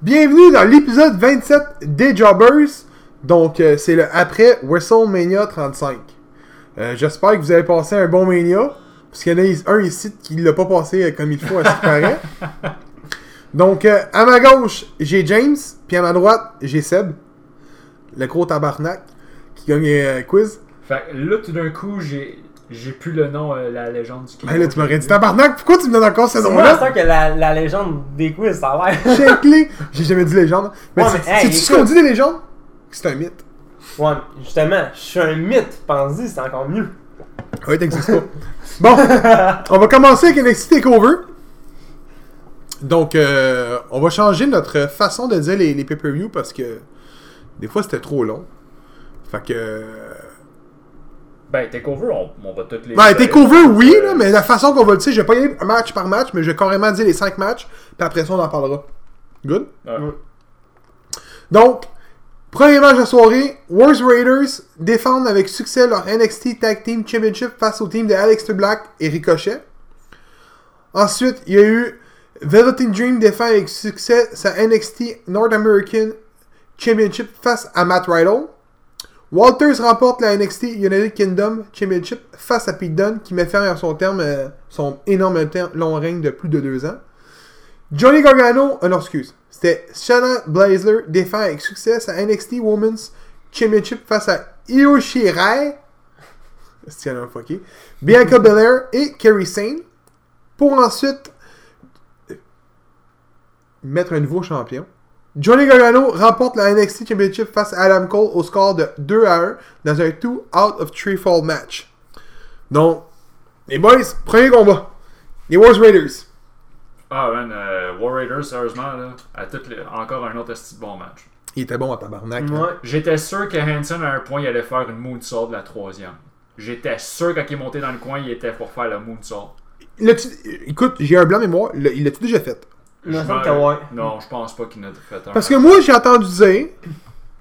Bienvenue dans l'épisode 27 des Jobbers. Donc, euh, c'est le après WrestleMania 35. Euh, J'espère que vous avez passé un bon Mania. Parce qu'il y en a un ici qui l'a pas passé euh, comme il faut à ce qui paraît. Donc, euh, à ma gauche, j'ai James. Puis à ma droite, j'ai Seb. Le gros tabarnak qui gagne euh, quiz. Fait que là, tout d'un coup, j'ai j'ai plus le nom, euh, la légende du Ben là, tu m'aurais dit tabarnak, pourquoi tu me donnes encore ce C'est moi, nom-là? c'est que la, la légende des quiz, ça a l'air. J'ai clé. J'ai jamais dit légende. Mais Ouais, c'est- mais, hey, c'est-tu ce qu'on écoute. dit des légendes? C'est un mythe. ouais, mais justement, je suis un mythe, pense-y, c'est encore mieux. Ah Oui, t'existes pas. Bon, on va commencer avec NXT Takeover. Donc, euh, on va changer notre façon de dire les, les pay-per-view parce que des fois c'était trop long. Fait que. euh, Ben, Takeover, on, on va toutes les. Ben, Takeover, euh, oui, là, mais la façon qu'on va le dire, je vais pas y aller match par match, mais je vais carrément dire les 5 matchs, puis après ça on en parlera. Good? Ouais. Donc, premier match de soirée, Wars Raiders défendent avec succès leur NXT Tag Team Championship face au team de Alex Black et Ricochet. Ensuite, il y a eu Velveteen Dream défend avec succès sa NXT North American Championship face à Matt Riddle. Walters remporte la NXT United Kingdom Championship face à Pete Dunne qui met fin à son terme, euh, son énorme ter- long règne de plus de deux ans. Johnny Gargano, ah non, excuse, c'était Shanna Blazer défend avec succès sa NXT Women's Championship face à Io Shirai, c'est qu'elle a un fucké, Bianca Belair et Kerry Sane pour ensuite euh, mettre un nouveau champion. Johnny Gargano remporte la NXT Championship face à Adam Cole au score de 2 à 1 dans un 2 out of 3 fall match. Donc, les boys, premier combat. Les Wars Raiders. Ah, man, euh, War Raiders, sérieusement, là, à toutes les- encore un autre esti de bon match. Il était bon à tabarnak. hein. là. Ouais. J'étais sûr que Hanson, à un point, il allait faire une moonsault de la troisième. J'étais sûr quand il est monté dans le coin, il était pour faire le moonsault. L'as-tu- Écoute, j'ai un blanc mémoire. Le- Il l'a-tu déjà fait? Je me Je semble me- que ouais. Non, je pense pas qu'il en a fait un. Parce que moi, j'ai entendu dire,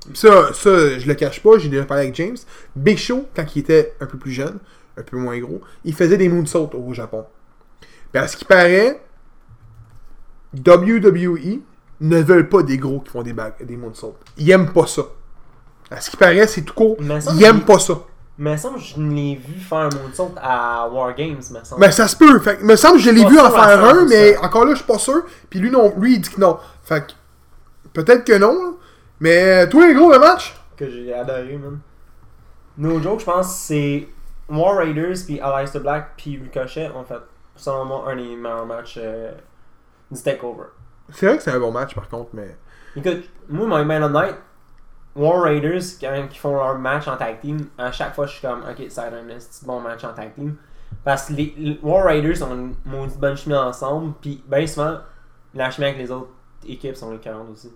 pis ça, ça, je le cache pas, j'ai déjà parlé avec James, Big Show, quand il était un peu plus jeune, un peu moins gros, il faisait des moonsaults au Japon. Puis à ce qui paraît, WWE ne veulent pas des gros qui font des, back- des moonsaults. Ils aiment pas ça. À ce qui paraît, c'est tout court. Mais ça, Ils aiment il- pas ça. Mais il semble que je l'ai vu faire un mot de saut à War Games, me semble. Mais Ben, ça se peut. Fait, que, me semble que je l'ai Pas vu en sûr à faire un, 100%. mais encore là, je suis pas sûr. Puis lui, non, lui, il dit que non. Fait que, peut-être que non. là. Mais toi, gros, le match Que j'ai adoré, man. No joke, je pense que c'est War Raiders, puis Aleister Black, puis Ricochet ont fait, selon moi, un des meilleurs matchs euh, du Takeover. C'est vrai que c'est un bon match par contre, mais. Écoute, moi, my man honnête, War Raiders, quand ils font leur match en tag team, à chaque fois, je suis comme, ok, ça va être un esti de bon match en tag team. Parce que les, les War Raiders ont une maudite bonne chemise ensemble, puis bien souvent, la chemise avec les autres équipes sont les 40 aussi.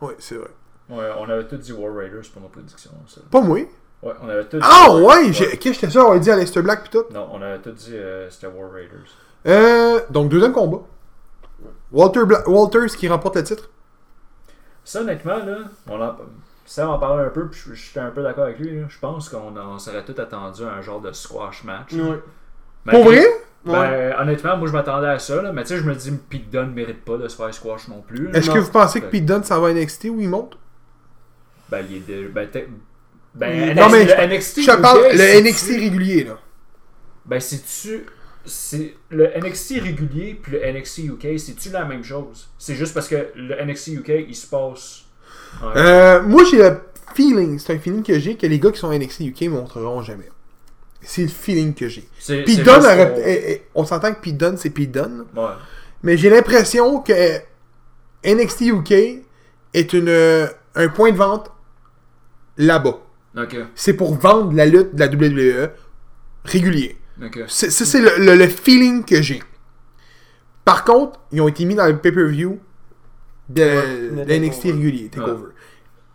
Oui, c'est vrai. Ouais, on avait tous dit War Raiders pour nos prédictions. ça. Pas moi. Ouais, on avait tous dit Ah War ouais, Raiders. j'ai- ok, j'étais sûr, on a dit à Lester Black pis tout. Non, on avait tous dit euh, c'était War Raiders. Euh, donc deuxième combat. Walter Bla- Walters qui remporte le titre. Ça, honnêtement, là, on en... Sam en parlait un peu, puis je- j'étais un peu d'accord avec lui. là. Je pense qu'on on s'aurait tout attendu à un genre de squash match. Ouais. Malgré- Pour vrai? Ben, honnêtement, moi, je m'attendais à ça, là, mais tu sais, je me dis, Pete Dunne mérite pas de se faire squash non plus. là. Est-ce que vous pensez que Pete Dunne s'en va à NXT ou il monte? Ben, il est déjà. Ben, t'es- Il est- ben Non, mais le NXT, Je te parle ok, le c'est-tu- NXT régulier là. Ben, c'est-tu. C'est le NXT régulier puis le NXT UK, c'est-tu la même chose? C'est juste parce que le NXT UK, il se passe. en- Euh, moi j'ai le feeling, c'est un feeling que j'ai que les gars qui sont à NXT UK montreront jamais. C'est le feeling que j'ai. c'est- Pete c'est Dunne, juste aurait- qu'on- eh, eh, on s'entend que Pete Dunne c'est Pete Dunne. là. Ouais. Mais j'ai l'impression que NXT UK est une, euh, un point de vente là-bas. Ok, C'est pour vendre la lutte de la WWE régulier. ok. C'est- Ça, c'est le, le- le feeling que j'ai. Par contre, ils ont été mis dans le pay-per-view de, le de NXT takeover. régulier, TakeOver.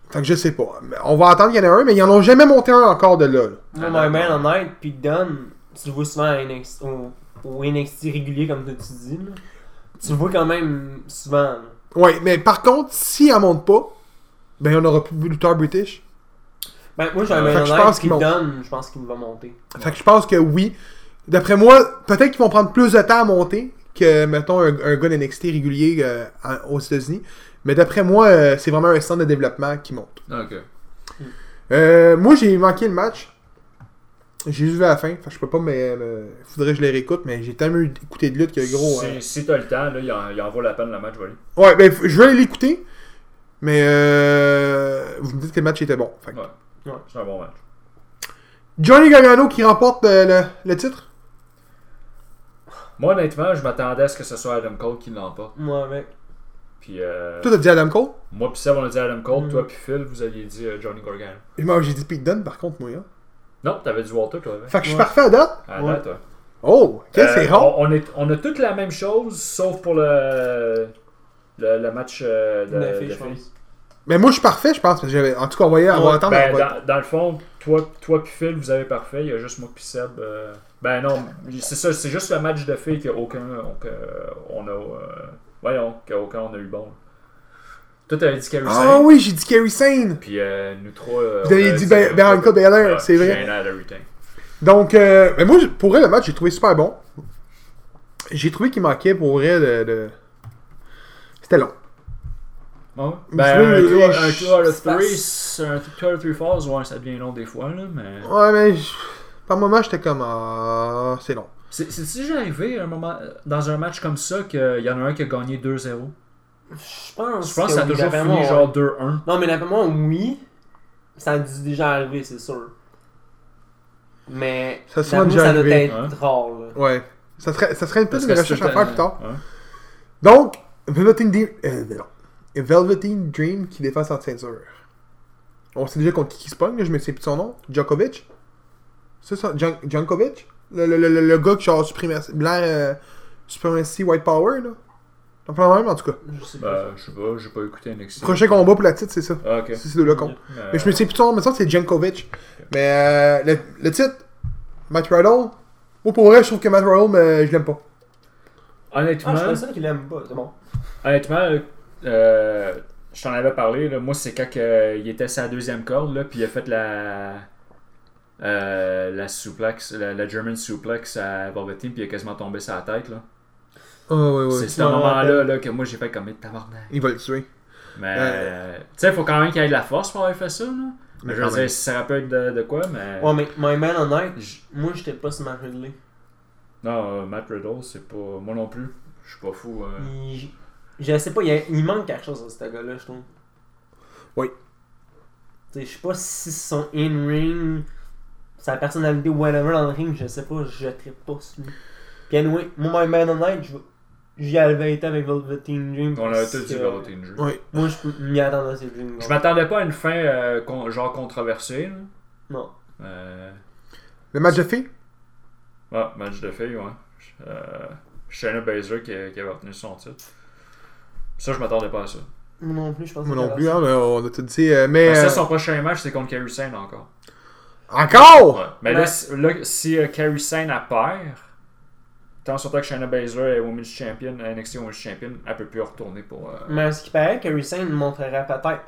Fait que je sais pas. Mais On va attendre qu'il y en ait un, mais ils en ont jamais monté un encore de là. là. Moi, Ah, my man non. honnête, puis Dunn, tu le vois souvent à NXT, au, au NXT régulier, comme tu dis, là. Tu le vois quand même souvent, là. Ouais, mais par contre, si elle monte pas, ben on aura plus de lutteurs british. Ben, moi, j'ai un Fait man Euh, que je honnête, pense puis qu'il monte. Dunn, je pense qu'il va monter. Fait que je pense que oui. D'après moi, peut-être qu'ils vont prendre plus de temps à monter que, mettons, un, un gars d'NXT régulier euh, en- aux États-Unis. Mais d'après moi, euh, c'est vraiment un stand de développement qui monte. Ok. Euh, moi, j'ai manqué le match. J'ai juste vu à la fin. Enfin, je peux pas, mais me... faudrait que je les réécoute. Mais j'ai tellement eu écouté de lutte que gros. si hein. si t'as le temps, là, il en, il en vaut la peine le match, voilà. Ouais, ben, f- je vais l'écouter. Mais euh, vous me dites que le match était bon. Fait que- Ouais. C'est un bon match. Johnny Gargano qui remporte euh, le, le titre. Moi, honnêtement, je m'attendais à ce que ce soit Adam Cole qui l'emporte. Moi, mec. Puis, euh, Toi, t'as dit Adam Cole. moi, puis Seb, on a dit Adam Cole. Mm. Toi, puis Phil, vous aviez dit euh, Johnny Gorgan. Et moi, j'ai dit Pete Dunne, par contre, moi. hein. Non, t'avais dit Walter, toi. avec. Fait que je suis Ouais. parfait à date. Ah, Ouais. là, toi. Oh, ok, c'est Euh, rond. on, on est, on a toutes la même chose, sauf pour le, le, le match euh, de, La fille, de je filles. pense. Mais moi, je suis parfait, je pense. parce que j'avais- En tout cas, on va y on va Ouais, attendre. Ben, on va- dans, dans le fond, toi, toi puis Phil, vous avez parfait. Il y a juste moi puis Seb. euh, Ben non, c'est ça. C'est juste le match de filles qu'aucun aucun- on a. euh, Voyons, qu'aucun on a eu bon. Toi, t'avais dit Carrie Ah oui, j'ai dit Kerry Sane. Puis euh, nous trois. euh, Vous avez on a dit Ben, Ba- Bianca Belair, Ouais, c'est vrai. Shane and everything. Donc, euh, mais moi, je- pour vrai, le match, j'ai trouvé super bon. J'ai trouvé qu'il manquait pour vrai de. de- C'était long. Bon. Ben, Ben, je veux- un 2 out of je- 3, c'est un 2 out of 3 falls, ouais, ça devient long des fois, là, mais... Ouais, mais je- par moment, j'étais comme. Ah, c'est long. C'est- C'est-tu déjà arrivé un moment, dans un match comme ça qu'il y en a un qui a gagné 2-0? Je pense. Je pense que ça a oui, toujours d'après fini moi, ouais. genre 2-1. Non, mais d'après moi, oui. Ça a dû déjà arriver, c'est sûr. Mais. Ça a souvent d'après déjà moi, ça doit arrivé. être Ouais. rare, là. Ouais. Ça serait, ça serait une Parce petite que c'est recherche à tout faire un- plus tard. ouais. Donc, Velveteen Dream. euh, non. Velveteen Dream qui défend sa ceinture. On sait déjà contre qui qui se pogne, là, je me souviens plus de son nom. Djokovic C'est ça, Jan- Jankovic le, le, le, le- le gars qui genre suprématie, blanc, euh, suprématie white power, là. Dans le même, en tout cas. Je sais pas. Ben, je sais pas, j'ai pas écouté NXT. Prochain combat pour la titre, c'est ça. Ah, ok. C'est ces deux-là qu'on. Euh, Mais je me souviens plus de son nom, mais ça, c'est Jankovic. Mais euh, le, le titre, Matt Riddle. Moi, pour vrai, je trouve que Matt Riddle, mais je l'aime pas. Ah, Euh, Honnêtement, je suis pas le seul qui l'aime pas, c'est bon. honnêtement euh, je t'en avais parlé, là, moi c'est quand que, euh, il était sa deuxième corde, là, puis il a fait la... euh, la suplex, la, la German suplex à Velveteen, puis il a quasiment tombé sa tête, là. Ah ouais, ouais. C'est ce Ouais, ouais. moment-là là, que moi j'ai fait comme mais tabarnak. Il va le tuer. Mais Ouais. euh, tu sais, faut quand même qu'il y ait de la force pour avoir fait ça. Là. Mais je quand veux même. dire, si ça rappelle de, de quoi, mais. Ouais, mais My Man on Night, j- moi, j'étais pas sur ma Ridley. Non, euh, Matt Riddle, c'est pas. Moi non plus. Je suis pas fou. euh. Il... Je sais pas, il, y a- il manque quelque chose à ce gars-là, je trouve. Oui. Tu sais, je sais pas si son in-ring, sa personnalité, whatever dans le ring, je sais pas, je tripe pas sur lui. Puis anyway, moi, My Man on Night, je- j'y avais été avec Velveteen Dream. On a parce tous dit que Velveteen Dream. Ouais. Moi, je m'y attendais, c'est Dream. Je m'attendais pas à une fin euh, con- genre controversée. Là. Non. Euh, Le match de filles Ouais, match de filles, ouais. Euh, Shayna Baszler qui, a- qui avait retenu son titre. Ça, je m'attendais pas à ça. Moi non plus, je pense Moi que non c'est plus, la- hein, mais on a tout dit. euh, mais. Parce que euh, ça, son prochain match, Ben, c'est contre Kerry Sane encore. Encore Ouais. Mais Ouais. là, si- là, si euh, Kerry Sane a perd, tant surtout que Shayna Baszler est Women's Champion, euh, NXT Women's Champion, elle peut plus retourner pour. euh, Mm. Mais à ce qui paraît, Kerry Sane montrerait peut-être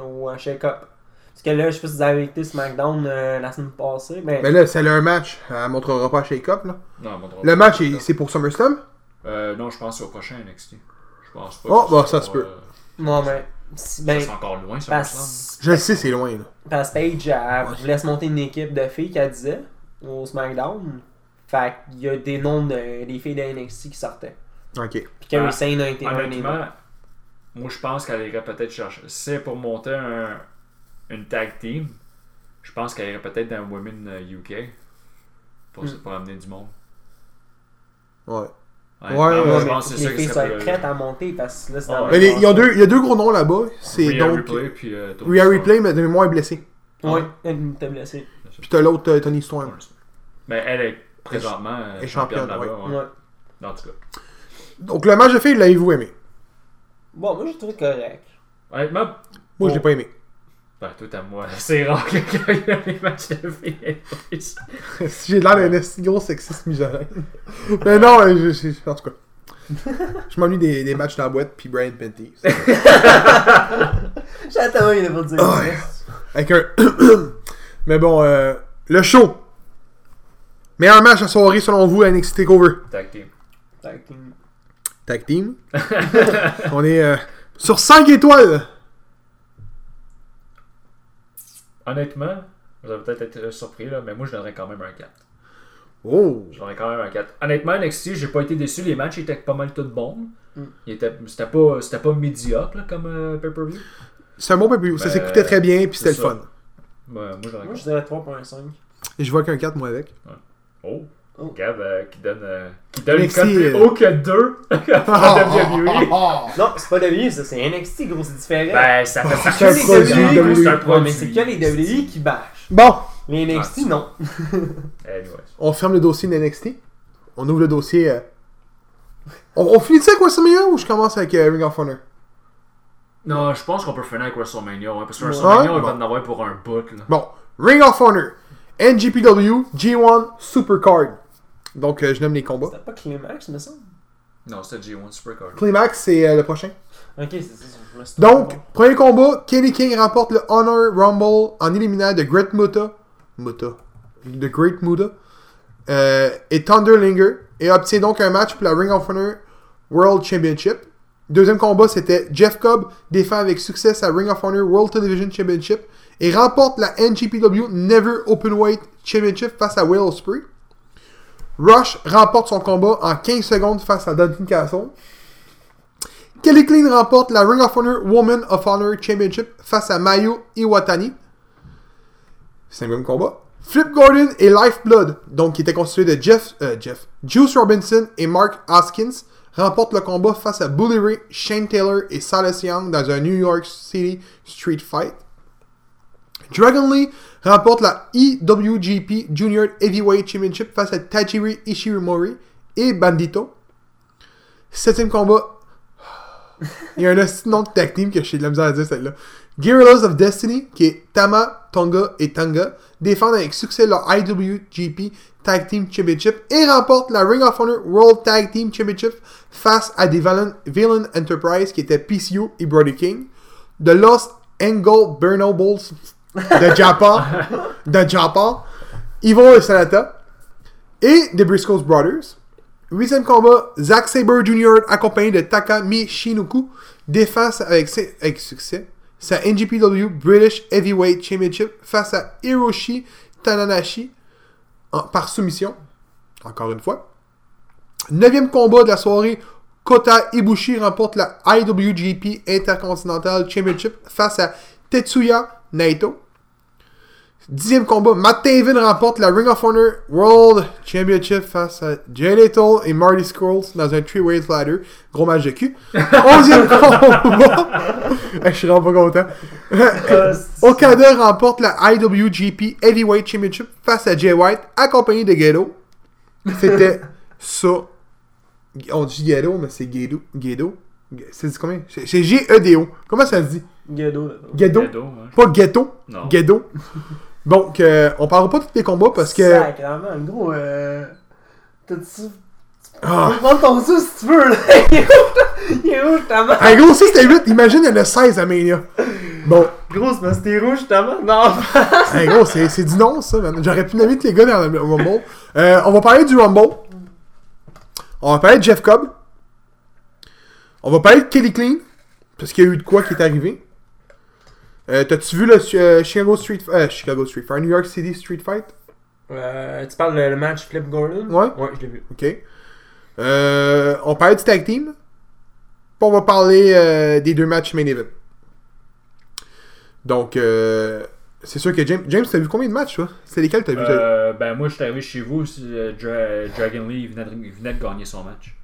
au euh, Shake-Up. Parce que là, je sais pas si vous avez écouté SmackDown euh, la semaine passée, mais. Mais là, c'est le match. euh, Elle montrera pas à Shake Up, là. Non, mon droit. Le match, il- c'est pour SummerSlam Euh, non, je pense au prochain NXT. Je pense pas. Oh, que bah, ce ça soit, se peut. euh, Non, mais. si- ça, Ben, C'est encore loin, ça me semble. parce, Je le sais, c'est loin, là. parce Paige, elle voulait se monter une équipe de filles qu'elle disait au SmackDown. Fait qu'il y a des noms de, des filles de NXT qui sortaient. Ok. Puis Kerry Ah, Sane a été un des noms. Honnêtement, moi, je pense qu'elle irait peut-être chercher. C'est pour monter un, une tag team. Je pense qu'elle irait peut-être dans Women euh, UK pour, Mm. pour amener du monde. Ouais. Honnêtement, Ouais, moi, ouais, euh, je Mais pense que c'est les ça qui filles serait seraient plus- hein. prêtes à monter parce que là, c'est Ah dans ouais. Mais les- il y a deux, il y a deux gros noms là-bas. C'est hein. donc. Rhea Ripley, puis, euh, Tony Rhea Storm. Ripley, mais de mémoire est blessé. Ouais, elle était blessée. Puis t'as l'autre, euh, Tony Storm. Mais Ben, elle est présentement euh, Elle est championne, championne, là-bas. ouais. Ouais. En tout cas. Donc le match de filles, l'avez-vous aimé Bon, moi, j'ai trouvé correct. Honnêtement, Moi, je l'ai Oh. pas aimé. ben, tout à moi. C'est rare que quelqu'un ait les matchs de filles. Si J'ai l'air d'un esti gros sexiste misogyne. mais non, euh, je, je- en tout cas. Je m'ennuie des, des matchs dans la boîte, puis Brian Penty. J'attends, il est pas dire. Ah, Avec un. mais bon, euh, le show. Meilleur match à soirée selon vous à NXT TakeOver. Tag team. Fait que- Tag team. on est. euh, Sur 5 étoiles, Honnêtement, vous allez peut-être être surpris, là, mais moi, je donnerais quand même un 4. oh, Je donnerais quand même un 4. Honnêtement, NXT, j'ai pas été déçu. Les matchs étaient pas mal tout bons. Mm. Il était- C'était pas, c'était pas médiocre là, comme euh, pay-per-view. c'est un bon pay-per-view. Ça Ben, s'écoutait très bien, puis c'était le c'est fun. ça. Ouais, moi, je donnerais Moi, je dirais 3.5. Et je vois qu'un 4, moi, avec. Oh! Oh. Gab euh, qui donne, euh, qui donne NXT, comme plus euh. haut que 2 Ah, WWE. Non, c'est pas WWE, ça, c'est NXT, gros, c'est différent. E. Ben, ça fait partie c'est un des produit WWE, WWE. C'est un Ouais, produit. mais c'est que les E. WWE qui bâchent. Bon, Les NXT, Ah, non. Anyways. on ferme le dossier de NXT. On ouvre le dossier. euh, On, on finit ça avec WrestleMania ou je commence avec euh, Ring of Honor Non, je pense qu'on peut finir avec WrestleMania, hein, parce que Ouais. WrestleMania, on va Bon. en avoir pour un bout. Là. Bon, Ring of Honor, NGPW, G1, Supercard. Donc, euh, je nomme les combats. C'était pas Climax, me semble. Non, c'était G1 Supercard. Climax, c'est euh, le prochain. Ok, c'est ça, je me suis Donc, trompé. premier combat, Kenny King remporte le Honor Rumble en éliminant The Great Muta. Muta. The Great Muta. euh, et Thunderlinger. Et obtient donc un match pour la Ring of Honor World Championship. Deuxième combat, c'était Jeff Cobb défend avec succès sa Ring of Honor World Television Championship et remporte la NGPW Never Openweight Championship face à Will Ospreay. Rush remporte son combat en 15 secondes face à Dalton Castle. Kelly Klein remporte la Ring of Honor Woman of Honor Championship face à Mayu Iwatani. Cinquième combat. Flip Gordon et Lifeblood, donc qui était constitué de Jeff, euh, Jeff, Juice Robinson et Mark Hoskins, remportent le combat face à Bully Ray, Shane Taylor et Silas Young dans un New York City Street Fight. Dragon Lee remporte la E IWGP Junior Heavyweight Championship face à Tajiri Ishimori et Bandito. Septième combat, il y a un petit nom de tag team que j'ai de la misère à dire celle-là. Guerrillas of Destiny, qui est Tama, Tonga et Tanga, défendent avec succès leur IWGP Tag Team Championship et remportent la Ring of Honor World Tag Team Championship face à des Valen- Villain Enterprise qui étaient PCO et Brody King. The Lost Angle Burnobles de Japan. de Japan. Ivo et Sanata. Et The Briscoe Brothers. Huitième combat, Zack Sabre Jr. accompagné de Takami Shinoku défense avec, su- avec succès sa NGPW British Heavyweight Championship face à Hiroshi Tananashi en- Ah, par soumission. Encore une fois. Neuvième combat de la soirée, Kota Ibushi remporte la IWGP Intercontinental Championship face à Tetsuya Naito. Dixième combat, Matt Taven remporte la Ring of Honor World Championship face à Jay Lethal et Marty Scrolls dans un three-way ladder. Gros match de cul. Onzième combat. Je suis vraiment pas content. Euh, c'est- Okada remporte la IWGP Heavyweight Championship face à Jay White, accompagné de Ghetto. C'était ça. On dit Ghetto, mais c'est Ghetto. Ghetto. C'est dit combien C'est c'est G-E-D-O. Comment ça se dit Gado, là. Ghetto. Ghetto, hein. Pas Ghetto. Non. Ghetto. Donc, euh, on parlera pas de tous les combats parce que. Sacrement, le gros. Euh... T'as-tu. Ah. Prends ton sou si tu veux, là. Il est rouge, ta main. Un gros, si c'était 8, imagine, il y en a 16 à Mania. Bon, Gros, c'est parce que t'es rouge, ta main. Non. un gros, c'est c'est du non, ça, man. J'aurais pu nommer tous les gars dans le Rumble. Euh, on va parler du Rumble. On va parler de Jeff Cobb. On va parler de Kelly Clean. Parce qu'il y a eu de quoi qui est arrivé. Euh, T'as-tu vu le euh, Chicago Street euh, Chicago Street Fight, New York City Street Fight? Euh, tu parles le, le match Flip Gordon Ouais. Ouais, je l'ai vu. Ok. Euh, on parlait du tag team. Puis on va parler euh, des deux matchs main event. Donc, euh, c'est sûr que James, James, t'as vu combien de matchs, toi C'est lesquels t'as vu toi? Euh, ben moi, je suis arrivé chez vous, c'est, euh, Dra- Dragon Lee il venait, de, il venait de gagner son match.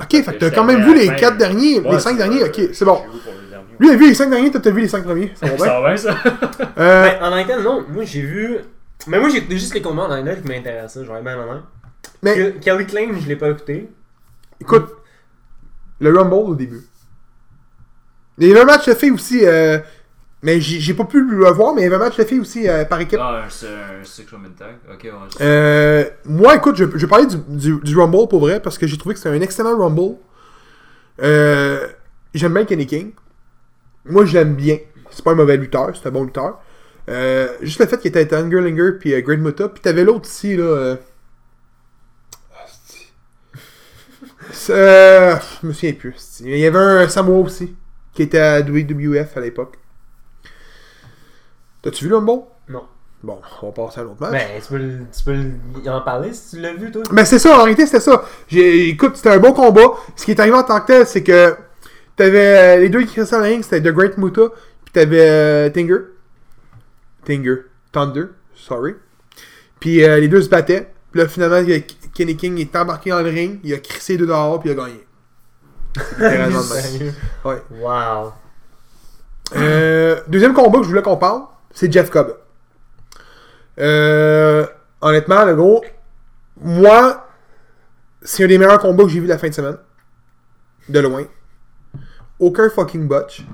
Ok, fait que t'as J'étais quand même vu arrivé à la les fin. quatre derniers, Ouais, les cinq c'est derniers, ça, ok, euh, c'est bon. chez vous pour les derniers. Lui a vu les cinq derniers, toi t'as vu les cinq premiers, ça va bien. Ça va bien, ça? Euh, Ben, en anglais, non. Moi, j'ai vu. Mais moi, j'ai écouté juste les combats en anglais qui m'intéressaient, je vais être bien honnête. Mais- ben. Que- Kelly Klein, je l'ai pas écouté. Écoute, le Rumble au début. Il y avait un match de filles aussi, euh, mais j'ai j'ai pas pu le voir, mais il y avait un match de filles aussi euh, par équipe. Ah, c'est un Six Woman Tag. Ok, ouais. c'est- Euh, moi, écoute, je, je vais parler du, du- du Rumble pour vrai parce que j'ai trouvé que c'était un excellent Rumble. Euh, j'aime bien Kenny King. Moi, je l'aime bien. C'est pas un mauvais lutteur, c'est un bon lutteur. Euh, juste le fait qu'il était avec Hungerlinger puis euh, Great Muta, puis t'avais l'autre ici, là. euh, Asti. C'est, euh, je me souviens plus. asti. Il y avait un Samoa aussi. qui était à WWF à l'époque. T'as-tu vu Lumble? Non. Bon, on passe à l'autre match. Ben, tu peux, le- tu peux le- en parler si tu l'as vu, toi. Mais c'est ça, en réalité, c'était ça. J'ai- Écoute, c'était un bon combat. Ce qui est arrivé en tant que tel, c'est que t'avais euh, les deux qui restaient dans la ring, c'était The Great Muta, puis t'avais euh, Tinger. Tinger. Thunder, sorry. Puis euh, les deux se battaient. Puis là, finalement, il y a K- Kenny King est embarqué dans le ring, il a crissé les deux dehors, puis il a gagné. Littéralement de même. Sérieux? Ouais. Wow. Euh, deuxième combat que je voulais qu'on parle, c'est Jeff Cobb. Euh, honnêtement, le gros, moi, c'est un des meilleurs combats que j'ai vu de la fin de semaine. De loin. Aucun fucking botch.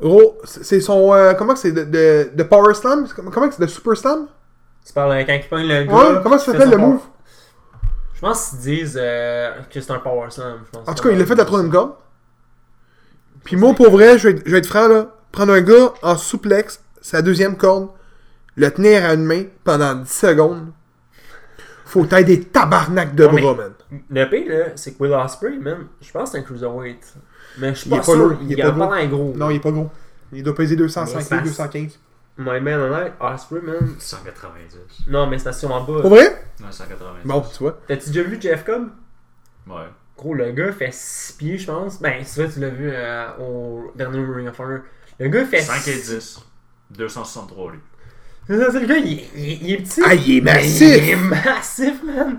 Gros, c'est c'est son. euh, comment que c'est de, de, de Power Slam Comment comment que c'est de Super Slam Tu parles euh, quand il pogne le gars. Ouais, comment ça qui fait s'appelle son le move power- Je pense qu'ils disent euh, que c'est un power slam. Je pense En tout cas, il l'a fait de la troisième corde. Puis moi, pour vrai, je vais, être, je vais être franc, là. Prendre un gars en souplex, sa deuxième corde, le tenir à une main pendant 10 secondes. Faut être des tabarnak de Ouais, mais- bras, man. Le pire, là, c'est que Will Ospreay, man, je pense que c'est un cruiserweight. Mais je suis Il est pas pas lourd, sûr. il est Il pas a lourd. pas un gros. Non, il est pas gros. Il doit peser 205, Mais ça- 215. My man honnête, Ospreay, Euh. man. 190. Non, mais c'est sûrement Pour bas. vrai? Ouais, 190. Bon, tu vois. T'as-tu déjà vu Jeff Cobb? Ouais. Gros, le gars fait 6 pieds, je pense. Ben, c'est vrai, tu l'as vu euh, au dernier Ring of Honor. Le gars fait 5 et 10. six- 263 lui. C'est ça, c'est le gars, il, est- il est- il est petit. Ah, il est mais Il est massif! massif, man.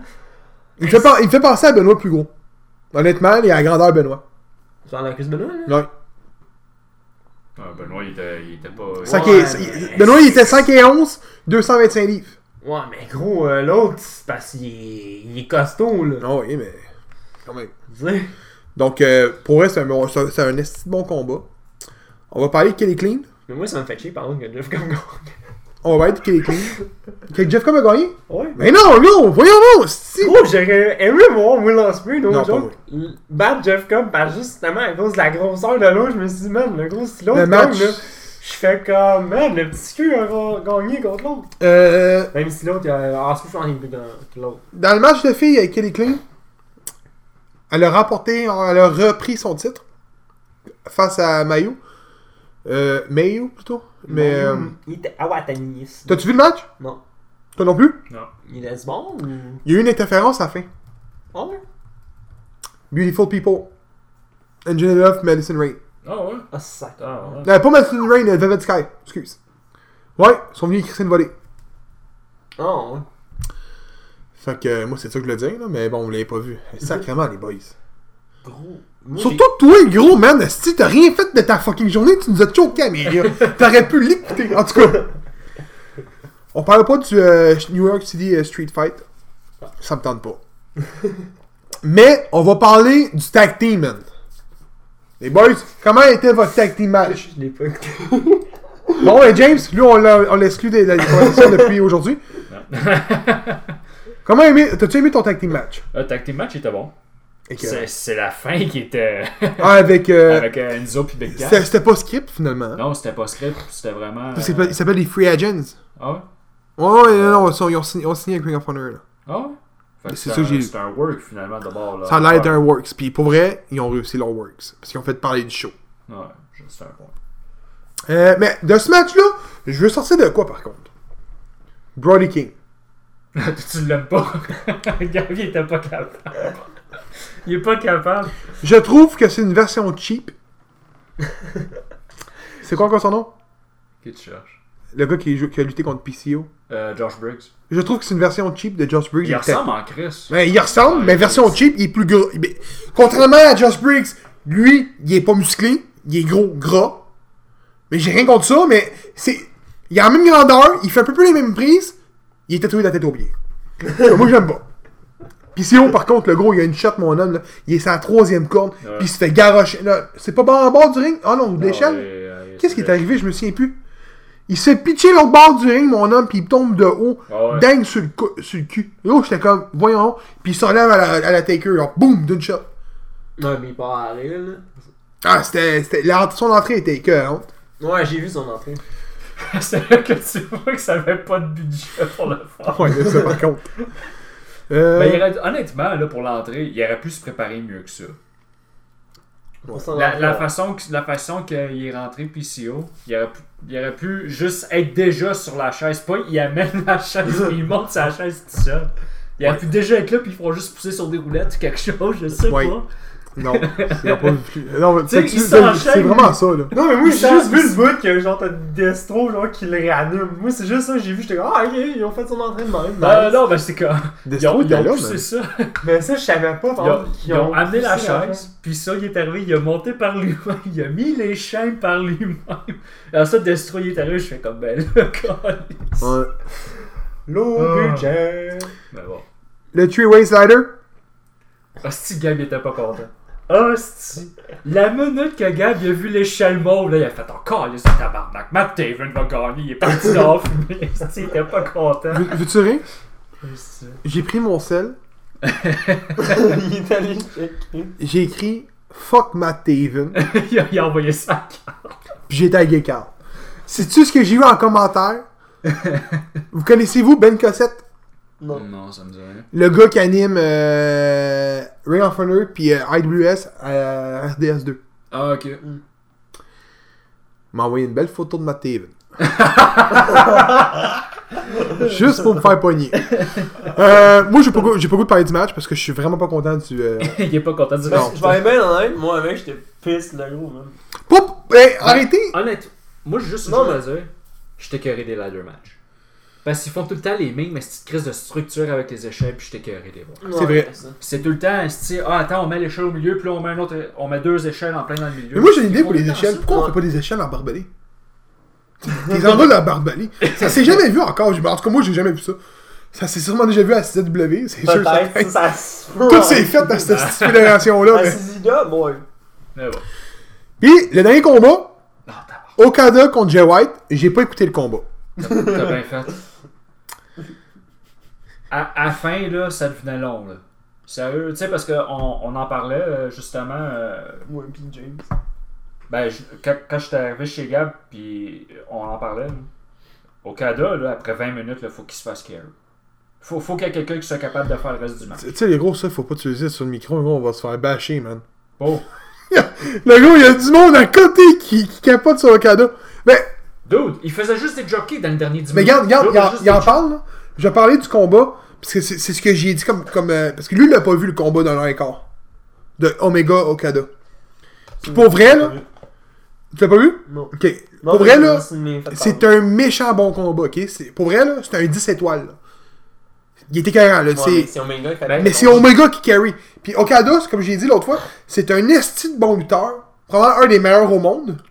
Il me fait, pen- il me fait penser à Benoît le plus gros. Honnêtement, il est à la grandeur Benoît. Tu parles de Chris Benoit, là? Ouais. Ouais, Benoît, il était, il était pas. Cinq Ouais, et- mais- Benoît, il était 5 et 11, 225 livres. Ouais, mais gros, euh, l'autre, c'est parce qu'il est, il est costaud, là. Non, oui, mais. Quand même. Tu sais? Donc, euh, pour vrai, c'est un, bon- c'est un, c'est un esti de bon combat. On va parler de Kelly Clean. Mais moi, ça me fait chier, par contre, que Jeff Cobb gagne. On va parler de Kelly Clean. que Jeff Cobb a gagné? Ouais. Mais non, non, voyons non, si. Gros, j'aurais aimé voir Will Ospreay, Non, non, pas joke. l- Battre Jeff Cobb, parce que justement, à cause de la grosseur de l'autre, je me suis dit, man, le gros, si l'autre Le gagne, match. là, je fais comme, man, le petit cul aura gagné contre l'autre. Euh, Même si l'autre, euh, Ospreay, je pense qu'il est plus grand que l'autre. dans le match de filles avec Kelly Clean, elle a remporté, elle a repris son titre face à Mayu. Euh, Mayu plutôt. Mais. euh, Bon, Il était ah Awatani. c'est- T'as-tu vu le match? Non. Toi non plus? Non. Il est bon ou. Il y a eu une interférence à la fin. Oh, ouais. Beautiful People. Angela Love, Madison Rain. Ah ouais? Ah, ça. Ah ouais. Euh, pas Madison Rain, euh, Velvet Sky. Excuse. Ouais, ils sont venus écrire une volée. Oh, ouais. Fait que euh, moi, c'est ça que je le dis, là, mais bon, vous l'avez pas vu. Sacrément, les boys. Gros. Moi, Surtout toi, gros man, si t'as rien fait de ta fucking journée, tu nous as choqué à Amelia. T'aurais pu l'écouter, en tout cas. On parle pas du euh, New York City euh, Street Fight. Ça me tente pas. Mais on va parler du tag team, man. Les boys, comment était votre tag team j'ai- match? Je l'ai pas écouté. Bon, et James, lui, on l'a- on l'exclut de la conversation depuis aujourd'hui. Comment aimé, t'as-tu aimé ton tag team match? Le Euh, tag team match était bon. Et que- C'est c'est la fin qui était. Ah, avec. euh, avec euh, Enzo puis Big Cass. c'était c'était pas script finalement. hein. Non, c'était pas script, c'était vraiment. Parce euh, qu'ils s'appellent- Ils s'appellent les Free Agents. Ah ouais? Ouais, ouais, non, non, ils sont- ils ont signé, ils ont signé avec Ring of Honor. là. Ah ouais? Fait que C'est C'est ça que j'ai un- lu. c'est un work finalement de bord. Là. Ça a l'air Ouais. d'un Works. Puis pour vrai, ils ont réussi leur Works. Parce qu'ils ont fait parler du show. Ouais, juste un point. Euh, mais de ce match-là, je veux sortir de quoi par contre Brody King. tu l'aimes pas? Gabi était pas capable. Il est pas capable. Je trouve que c'est une version cheap. c'est quoi encore son nom Qui tu cherches? Le gars qui, joue- qui a lutté contre PCO. Euh, Josh Briggs. Je trouve que c'est une version cheap de Josh Briggs. Il et Ted. ressemble en Chris. Ouais, Ben, il ressemble, Ouais, mais il- version cheap, il est plus gros. Mais Contrairement à Josh Briggs, lui, il est pas musclé, il est gros, gras. Mais j'ai rien contre ça, mais c'est. Il a la même grandeur, il fait un peu plus les mêmes prises, il est tatoué de la tête aux pieds. Ça, Moi, j'aime pas. Puis c'est haut, par contre, le gros, il a une shot, mon homme, là. Il est sa troisième corne, Ouais. puis il se fait garocher. là. C'est pas bon en bord du ring? Ah non, de l'échelle? Qu'est-ce qui est arrivé? arrivé? Je me souviens plus. Il s'est pitché l'autre bord du ring, mon homme, puis il tombe de haut, Ah ouais. dingue sur le, cou- sur le cul. Là, j'étais comme, voyons, puis il s'enlève à la, à la taker, genre, boum, d'une shot. Non, mais il part à rire, là. Ah, c'était. c'était- la- Son entrée était écœurante. Ouais, j'ai vu son entrée. C'est là que tu vois que ça avait pas de budget pour le faire. Ah, Ben, Ouais, c'est ça, par contre. Euh, Mais il aurait- honnêtement, là, pour l'entrée, il aurait pu se préparer mieux que ça. Pour Ouais. ça, La, la ouais. façon que- la façon qu'il est rentré PCO, il aurait, pu, il aurait pu juste être déjà sur la chaise. Pas, il amène la chaise, puis il monte sa chaise tout seul. Il aurait Ouais. pu déjà être là, puis il faudra juste pousser sur des roulettes ou quelque chose, je sais Ouais. pas. Non, c'est pas vu. Non, mais Tu sais, c'est- il c'est s'enchaîne. c'est vraiment ça, là. Non, mais moi, j'ai Ça- juste vu le bout que genre t'as Destro genre qui le réanime. Moi, c'est juste ça, que j'ai vu, j'étais comme, ah, ok, ils ont fait son entrée de même. Ah, nice. non, ben c'est comme. Ils Destro ont, ils était ont là, poussé mais. ça. Mais ça, je savais pas. Ils par ont, exemple, qu'ils ils ont amené la poussé chaise, puis ça, il est arrivé, il a monté par lui-même, il a mis les chaînes par lui-même. Alors ça, Destro, il est arrivé, je fais comme, ben là, câlisse. Ouais. Low Ah. budget. Mais bon. Le three-way slider, Hostie, Gab, il était pas content. Hostie. La minute que Gab il a vu l'échelle mauve, là, il a fait encore, là, c'est tabarnak. Matt Taven va gagner, il est parti dehors fumer. Hostie, il était pas content. Veux- veux-tu rire? Hostie. J'ai pris mon sel, il est allé checker. j'ai écrit fuck Matt Taven, puis il, a, il a envoyé ça. j'ai tagué Carl. Sais-tu ce que j'ai eu en commentaire? Vous connaissez-vous Ben Cossette? Non. ça me dit rien. Le gars qui anime euh, Ring of Honor puis euh, IWS à RDS2. Ah, ok. m'a envoyé une belle photo de ma TV. Juste pour me faire pogner. Euh, moi, j'ai pas, go- j'ai pas goût de parler du match parce que je suis vraiment pas content du. euh, il est pas content du Non. Ben, Je vais être bien honnête, moi, avec, j'étais pisse le gros, man. Poup! Hey, arrêtez! Honnête, moi, j'ai juste une Non, chose à dire. Je t'écœurais des ladder match. Parce qu'ils font tout le temps les mêmes, mais cette crise de structure avec les échelles, puis je t'écœurais des voir. Ouais, vrai. ça. C'est tout le temps, esti, ah, attends, on met l'échelle au milieu, puis là, on met, un autre, on met deux échelles en plein dans le milieu. Mais moi, j'ai une idée Ils pour font les tout le temps échelles. ça. Pourquoi on fait pas des échelles en barbelé? Des envois de la barbelé. Ça s'est jamais vu encore. J'ai- En tout cas, moi, j'ai jamais vu ça. Ça s'est sûrement déjà vu à CW. C'est sûr. ça- Peut-être, ça, ça se Tout s'est fait dans cette fédération-là. Ah, mais- ces idées-là, boy. Mais bon. Puis, le dernier combat, Non, t'as Okada contre Jay White. J'ai pas écouté le combat. T'as bien fait. À, à la fin, là, ça devenait long, là. Sérieux, tu sais, parce qu'on on en parlait, euh, justement, euh, Moi, puis James. ben, je- quand, quand j'étais arrivé chez Gab, puis on en parlait, là. au Canada, là, après 20 minutes, il faut qu'il se fasse carry. Faut, faut qu'il y ait quelqu'un qui soit capable de faire le reste du match. Tu sais, les gros, ça, faut pas utiliser sur le micro, gros, on va se faire bâcher, man. Bon. Le gros, il y a du monde à côté qui, qui capote sur Okada. Mais, Dude, il faisait juste des jockeys dans le dernier 10 mais minutes. regarde, regarde, Dude, il en- juste il en des parle, là. Je vais parler du combat, parce que c'est c'est ce que j'ai dit comme. comme euh, parce que lui, il a pas vu le combat d'un an et quart. De Omega Okada. Puis pour vrai, là. Tu l'as pas vu? Non. Ok. Non, pour vrai, mais là. c'est mes faits C'est parler. un méchant bon combat, ok? C'est- Pour vrai, là, c'est un 10 étoiles, là. Il était carré, là. Ouais, c'est- mais c'est Omega qui fait Mais Mais c'est Omega qui carry. Puis Okada, c'est comme j'ai dit l'autre fois, c'est un esti de bon lutteur. Probablement un des meilleurs au monde.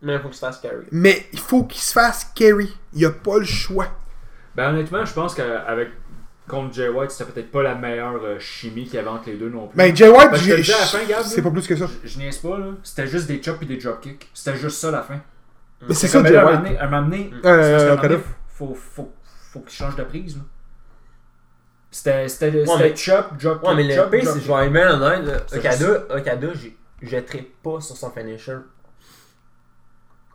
Mais il faut que ça se fasse carry. Mais il faut qu'il se fasse carry. Il a pas le choix. Ben honnêtement, je pense qu'avec contre Jay White, c'était peut-être pas la meilleure euh, chimie qu'il y avait entre les deux non plus. Mais Jay White, Parce que j'ai- je te dis à la fin, Gab, c'est là. Mm. pas plus que ça. Je, je niaise pas là, c'était juste des chops et des dropkicks. C'était juste ça la fin. Mais c'est Comme ça, elle, Jay à un moment White. donné- à un moment donné, Euh, c'est parce qu'à un moment Okada. donné, faut, faut, faut qu'il change de prise. là. C'était c'était le- Ouais, c'était mais- chop, drop, Ouais, mais le chop, pire, drop. c'est que je vais être bien honnête. là. C'est Okada, Okada, j'ai- je trippe pas sur son finisher.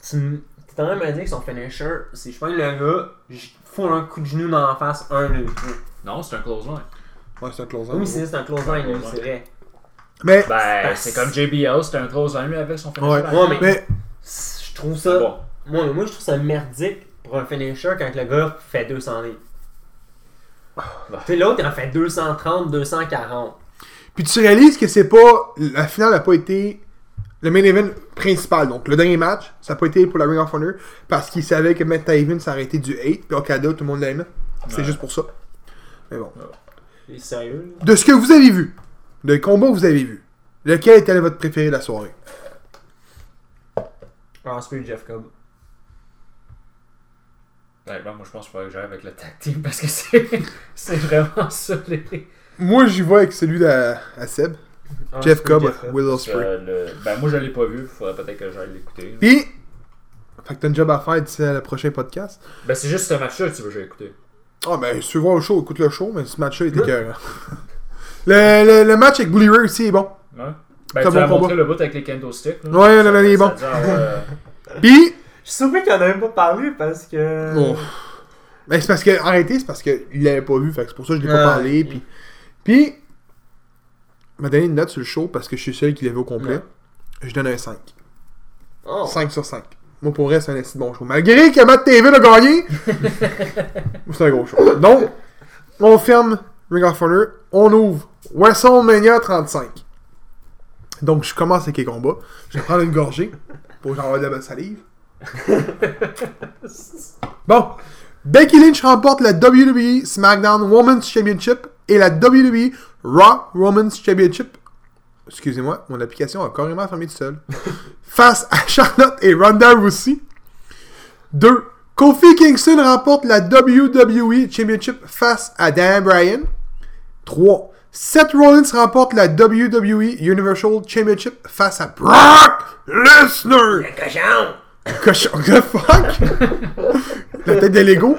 Tu m- t'es en train de me dire que son finisher, c'est je pogne le gars, je fous un coup de genou dans la face, un, deux, trois. Non, c'est un close line. Ouais, c'est un close Oui, c'est juste un close line, lui, c'est vrai. Mais, Ben, Ah, c'est c'est- comme JBL, c'était un close line lui, avec son finisher. Ouais. à la Ouais, fin. mais C'est- Je trouve ça. Bon. Moi, moi, je trouve ça merdique pour un finisher quand le gars fait 200 livres. Tu sais, l'autre, il en fait 230, 240. puis tu réalises que c'est pas. La finale a pas été le main event principal. Donc le dernier match, ça a pas été pour la Ring of Honor parce qu'il savait que Matt Taven s'arrêtait du 8 puis Okada, tout le monde l'aimait. C'est Ouais. juste pour ça. Mais bon. Il est sérieux, là? De ce que vous avez vu, de combat que vous avez vu, lequel était votre préféré de la soirée? Ah, c'est plus Jeff Cobb. Ouais, ben, moi je pense qu'il faudrait que j'aille avec le tag team parce que c'est c'est vraiment ça les. Moi, j'y vais avec celui de, à Seb. Ah, Jeff c'est plus Cobb, Cobb. Will Parce que, Ospreay. euh, le- Ben, moi, je l'ai pas vu. Faudrait peut-être que j'aille l'écouter. Puis, fait que t'as une job à faire d'ici à le prochain podcast. Ben, c'est juste ce match-là que tu veux que j'aille écouter. Ah, ben, si tu veux voir le show, écoute le show, mais ce match-là était cœur. Le, le, le match avec Bully Ray aussi est bon. Ouais. Ben, C'est tu un as bon montré le bout avec les kendo sticks. là. Ouais, le- le- il est Ça bon. dit, euh, Puis, Je savais qu'il en avait pas parlé parce que. bon. Ben, c'est parce que, arrêtez, c'est parce que il l'avait pas vu, fait que c'est pour ça que je l'ai pas Ah, parlé. Puis, puis, il m'a donné une note sur le show parce que je suis seul qui l'avait au complet. je donne un 5. Oh. 5 sur 5. Moi, pour vrai, c'est un assez bon show. Malgré que Matt TV l'a gagné, c'est un gros show. Donc, on ferme Ring of Honor, on ouvre WrestleMania 35. Donc, je commence avec les combats. Je vais prendre une gorgée pour que j'envoie de la bonne salive. bon, Becky Lynch remporte la WWE SmackDown Women's Championship et la WWE Raw Women's Championship. Excusez-moi, mon application a carrément fermé tout seul face à Charlotte et Ronda Rousey. 2. Kofi Kingston remporte la WWE Championship face à Dan Bryan. 3. Seth Rollins remporte la WWE Universal Championship face à Brock Lesnar. Cochon! Cochon de oh, fuck! La tête de Lego.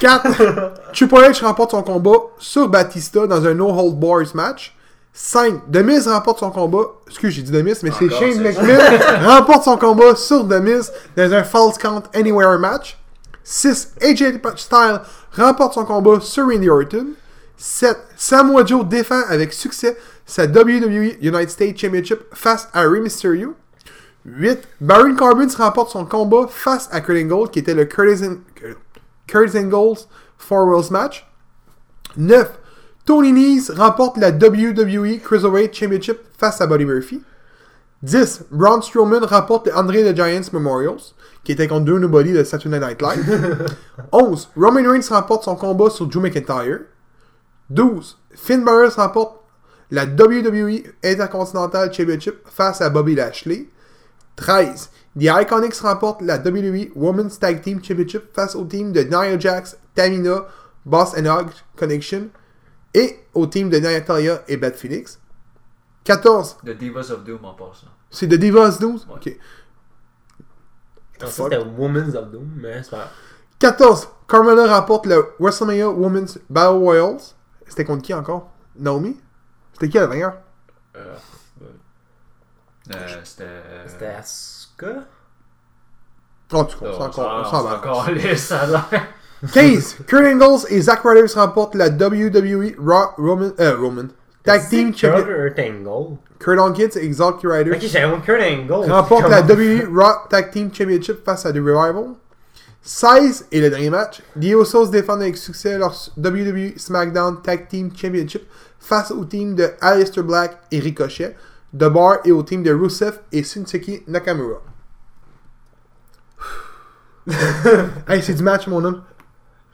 4. Triple H remporte son combat sur Batista dans un No Hold Bars match. 5. Demise remporte son combat. Excuse, j'ai dit Demise, mais c'est Encore, Shane c'est- McMahon remporte son combat sur Demise dans un False Count Anywhere match. 6. AJ Styles remporte son combat sur Randy Orton. 7. Samoa Joe défend avec succès sa WWE United States Championship face à Rey Mysterio. 8. Baron Corbin se remporte son combat face à Kurt Angle, qui était le Curtis, and, Curtis Angle's Four Worlds match. 9. Tony Nese remporte la WWE Cruiserweight Championship face à Buddy Murphy. 10. Braun Strowman remporte le André the Giants Memorials, qui était contre deux nobody de Saturday Night Live. 11. Roman Reigns remporte son combat sur Drew McIntyre. 12. Finn Balor remporte la WWE Intercontinental Championship face à Bobby Lashley. 13. The Iconics remportent la WWE Women's Tag Team Championship face au team de Nia Jax, Tamina, Boss and Hog Connection et au team de Natalia et Bad Phoenix. 14. The Divas of Doom en passant. C'est de Divas 12? Ouais. Ok. Je pensais que c'était Women's of Doom, mais c'est pas. 14. Carmella remporte le WrestleMania Women's Battle Royals. C'était contre qui encore? Naomi? C'était qui la meilleure? Euh, euh, euh, C'était. euh, C'était Asuka? Oh, tu on comprends, s'en- on s'en on va. s'en calisse, ça a l'air. 15. Kurt Angles et Zack Ryder remportent la WWE Raw Roman, euh, Roman Tag Team Championship. Kurt Angle. Kurt Hawkins et Zack Ryder Ok, j'avais Kurt Angle. remportent la Comment- WWE Raw Tag Team Championship face à The Revival. 16 et le dernier match, The Usos défendent avec succès leur WWE SmackDown Tag Team Championship face au team de Aleister Black et Ricochet, The Bar et au team de Rusev et Shinsuke Nakamura. hey, c'est du match, mon homme.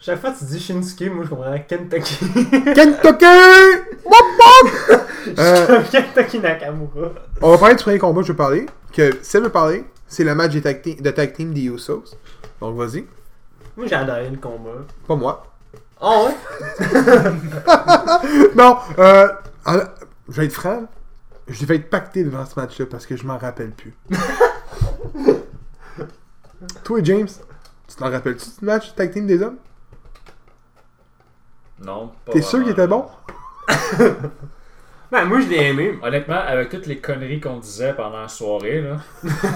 Chaque fois que tu dis Shinsuke, moi je comprends Kentucky. Kentucky! Wop, wop! Euh, Kentucky Nakamura. On va parler du premier combat que je veux parler. Que celle veut parler, c'est le match des tag team- de tag team des Usos. Donc vas-y. Moi j'ai adoré le combat. Pas moi. Oh ouais? non, euh, en- je vais être franc. Je vais être pacté devant ce match-là parce que je m'en rappelle plus. Toi, James, tu t'en rappelles-tu de ce match tag team des hommes Non. pas T'es sûr vraiment. qu'il était bon Ben moi je l'ai aimé. Honnêtement, avec toutes les conneries qu'on disait pendant la soirée, là,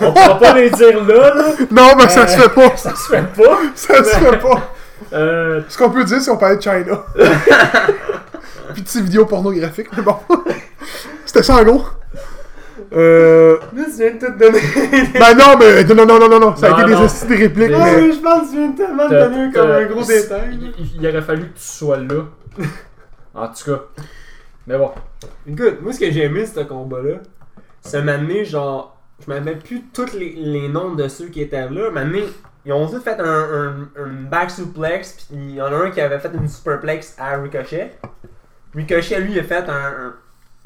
on pourra pas les dire là, là. Non, mais ça se fait pas. Ça se fait pas. Ça se fait pas. Euh, Ce qu'on peut dire si on parlait de China. Puis petite vidéo pornographique, mais bon. C'était ça en gros. Euh. Là tu viens de tout donner. Ben non, mais non, non, non, non, non, non. Ça Non, a été des non. hosties de répliques, Des- Ah mais. oui, je pense que tu viens de tellement de t'as- donner comme t'as- un gros détail. là. Il, il aurait fallu que tu sois là. En tout cas. Mais bon. Écoute, moi ce que j'ai aimé de ce combat-là, c'est m'amener genre. Je m'avais plus tous les, les noms de ceux qui étaient là. M'amener. Ils ont tous fait un, un, un back suplex, puis il y en a un qui avait fait une superplex à Ricochet. Ricochet, lui, il a fait un, un,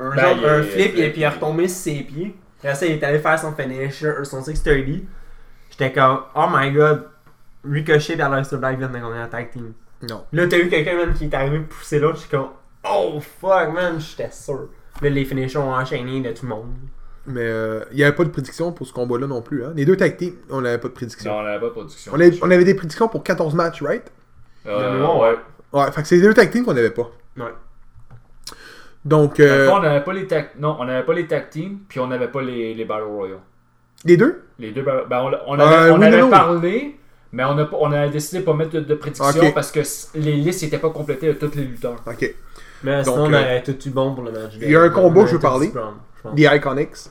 un Ben, genre, il un est- flip, il est- et puis il est retombé sur ses pieds. Après ça, il est allé faire son finisher, euh, son 630. J'étais comme, oh my god, Ricochet et Aleister Black viennent de gagner la tag team. Non. Là, t'as eu quelqu'un même qui est arrivé pousser l'autre, j'étais comme Oh fuck man, j'étais sûr. Là, les finishers ont enchaîné de tout le monde. Mais euh, il n'y avait pas de prédiction pour ce combat-là non plus. Hein. Les deux tag teams, on n'avait pas de prédiction. Non, on n'avait pas de production. On, avait, on avait des prédictions pour 14 matchs, right Euh, De mémoire, ouais. Ouais, fait que c'est les deux tag teams qu'on n'avait pas. Ouais. Donc, Dans le euh, fond, on n'avait pas les tag... Non, on n'avait pas les tag teams, puis on n'avait pas les, les Battle Royale. les deux Les deux Battle... Ben, on, on avait, Euh, on oui, avait non. parlé, mais on a, pas- on a décidé de pas mettre de, de prédiction Ok. parce que s- les listes n'étaient pas complétées de tous les lutteurs. Ok. Mais Donc, sinon, on euh, aurait tout eu bon pour le match. il y a un combo que je veux parler. Strong, je pense. The Iconics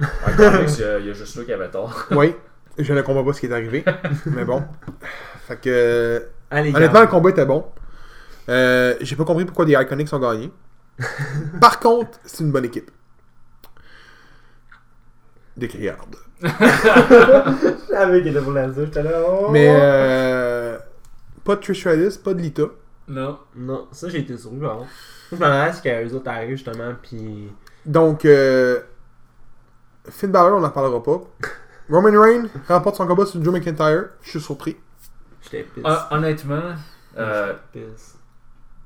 En comics, Ah, il y a- il y a juste lui qui avait tort. Oui, je ne comprends pas ce qui est arrivé. mais bon. Fait que. euh, Allez, Honnêtement, le combat était bon. Euh, J'ai pas compris pourquoi les Iconics ont gagné. Par contre, c'est une bonne équipe. Des criardes. Avec était pour la dire, j'étais là. oh. Mais euh, pas de Trish Stratus, pas de Lita. Non. Non, ça j'ai été surpris par contre. Moi, Je m'en attendais à ce qu'eux autres arrivent justement, pis. Donc, euh, Finn Balor, on n'en parlera pas. Roman Reigns remporte son combat sur Drew McIntyre. Je suis surpris. J'étais pisse. Hon- Honnêtement, euh, J'étais pisse.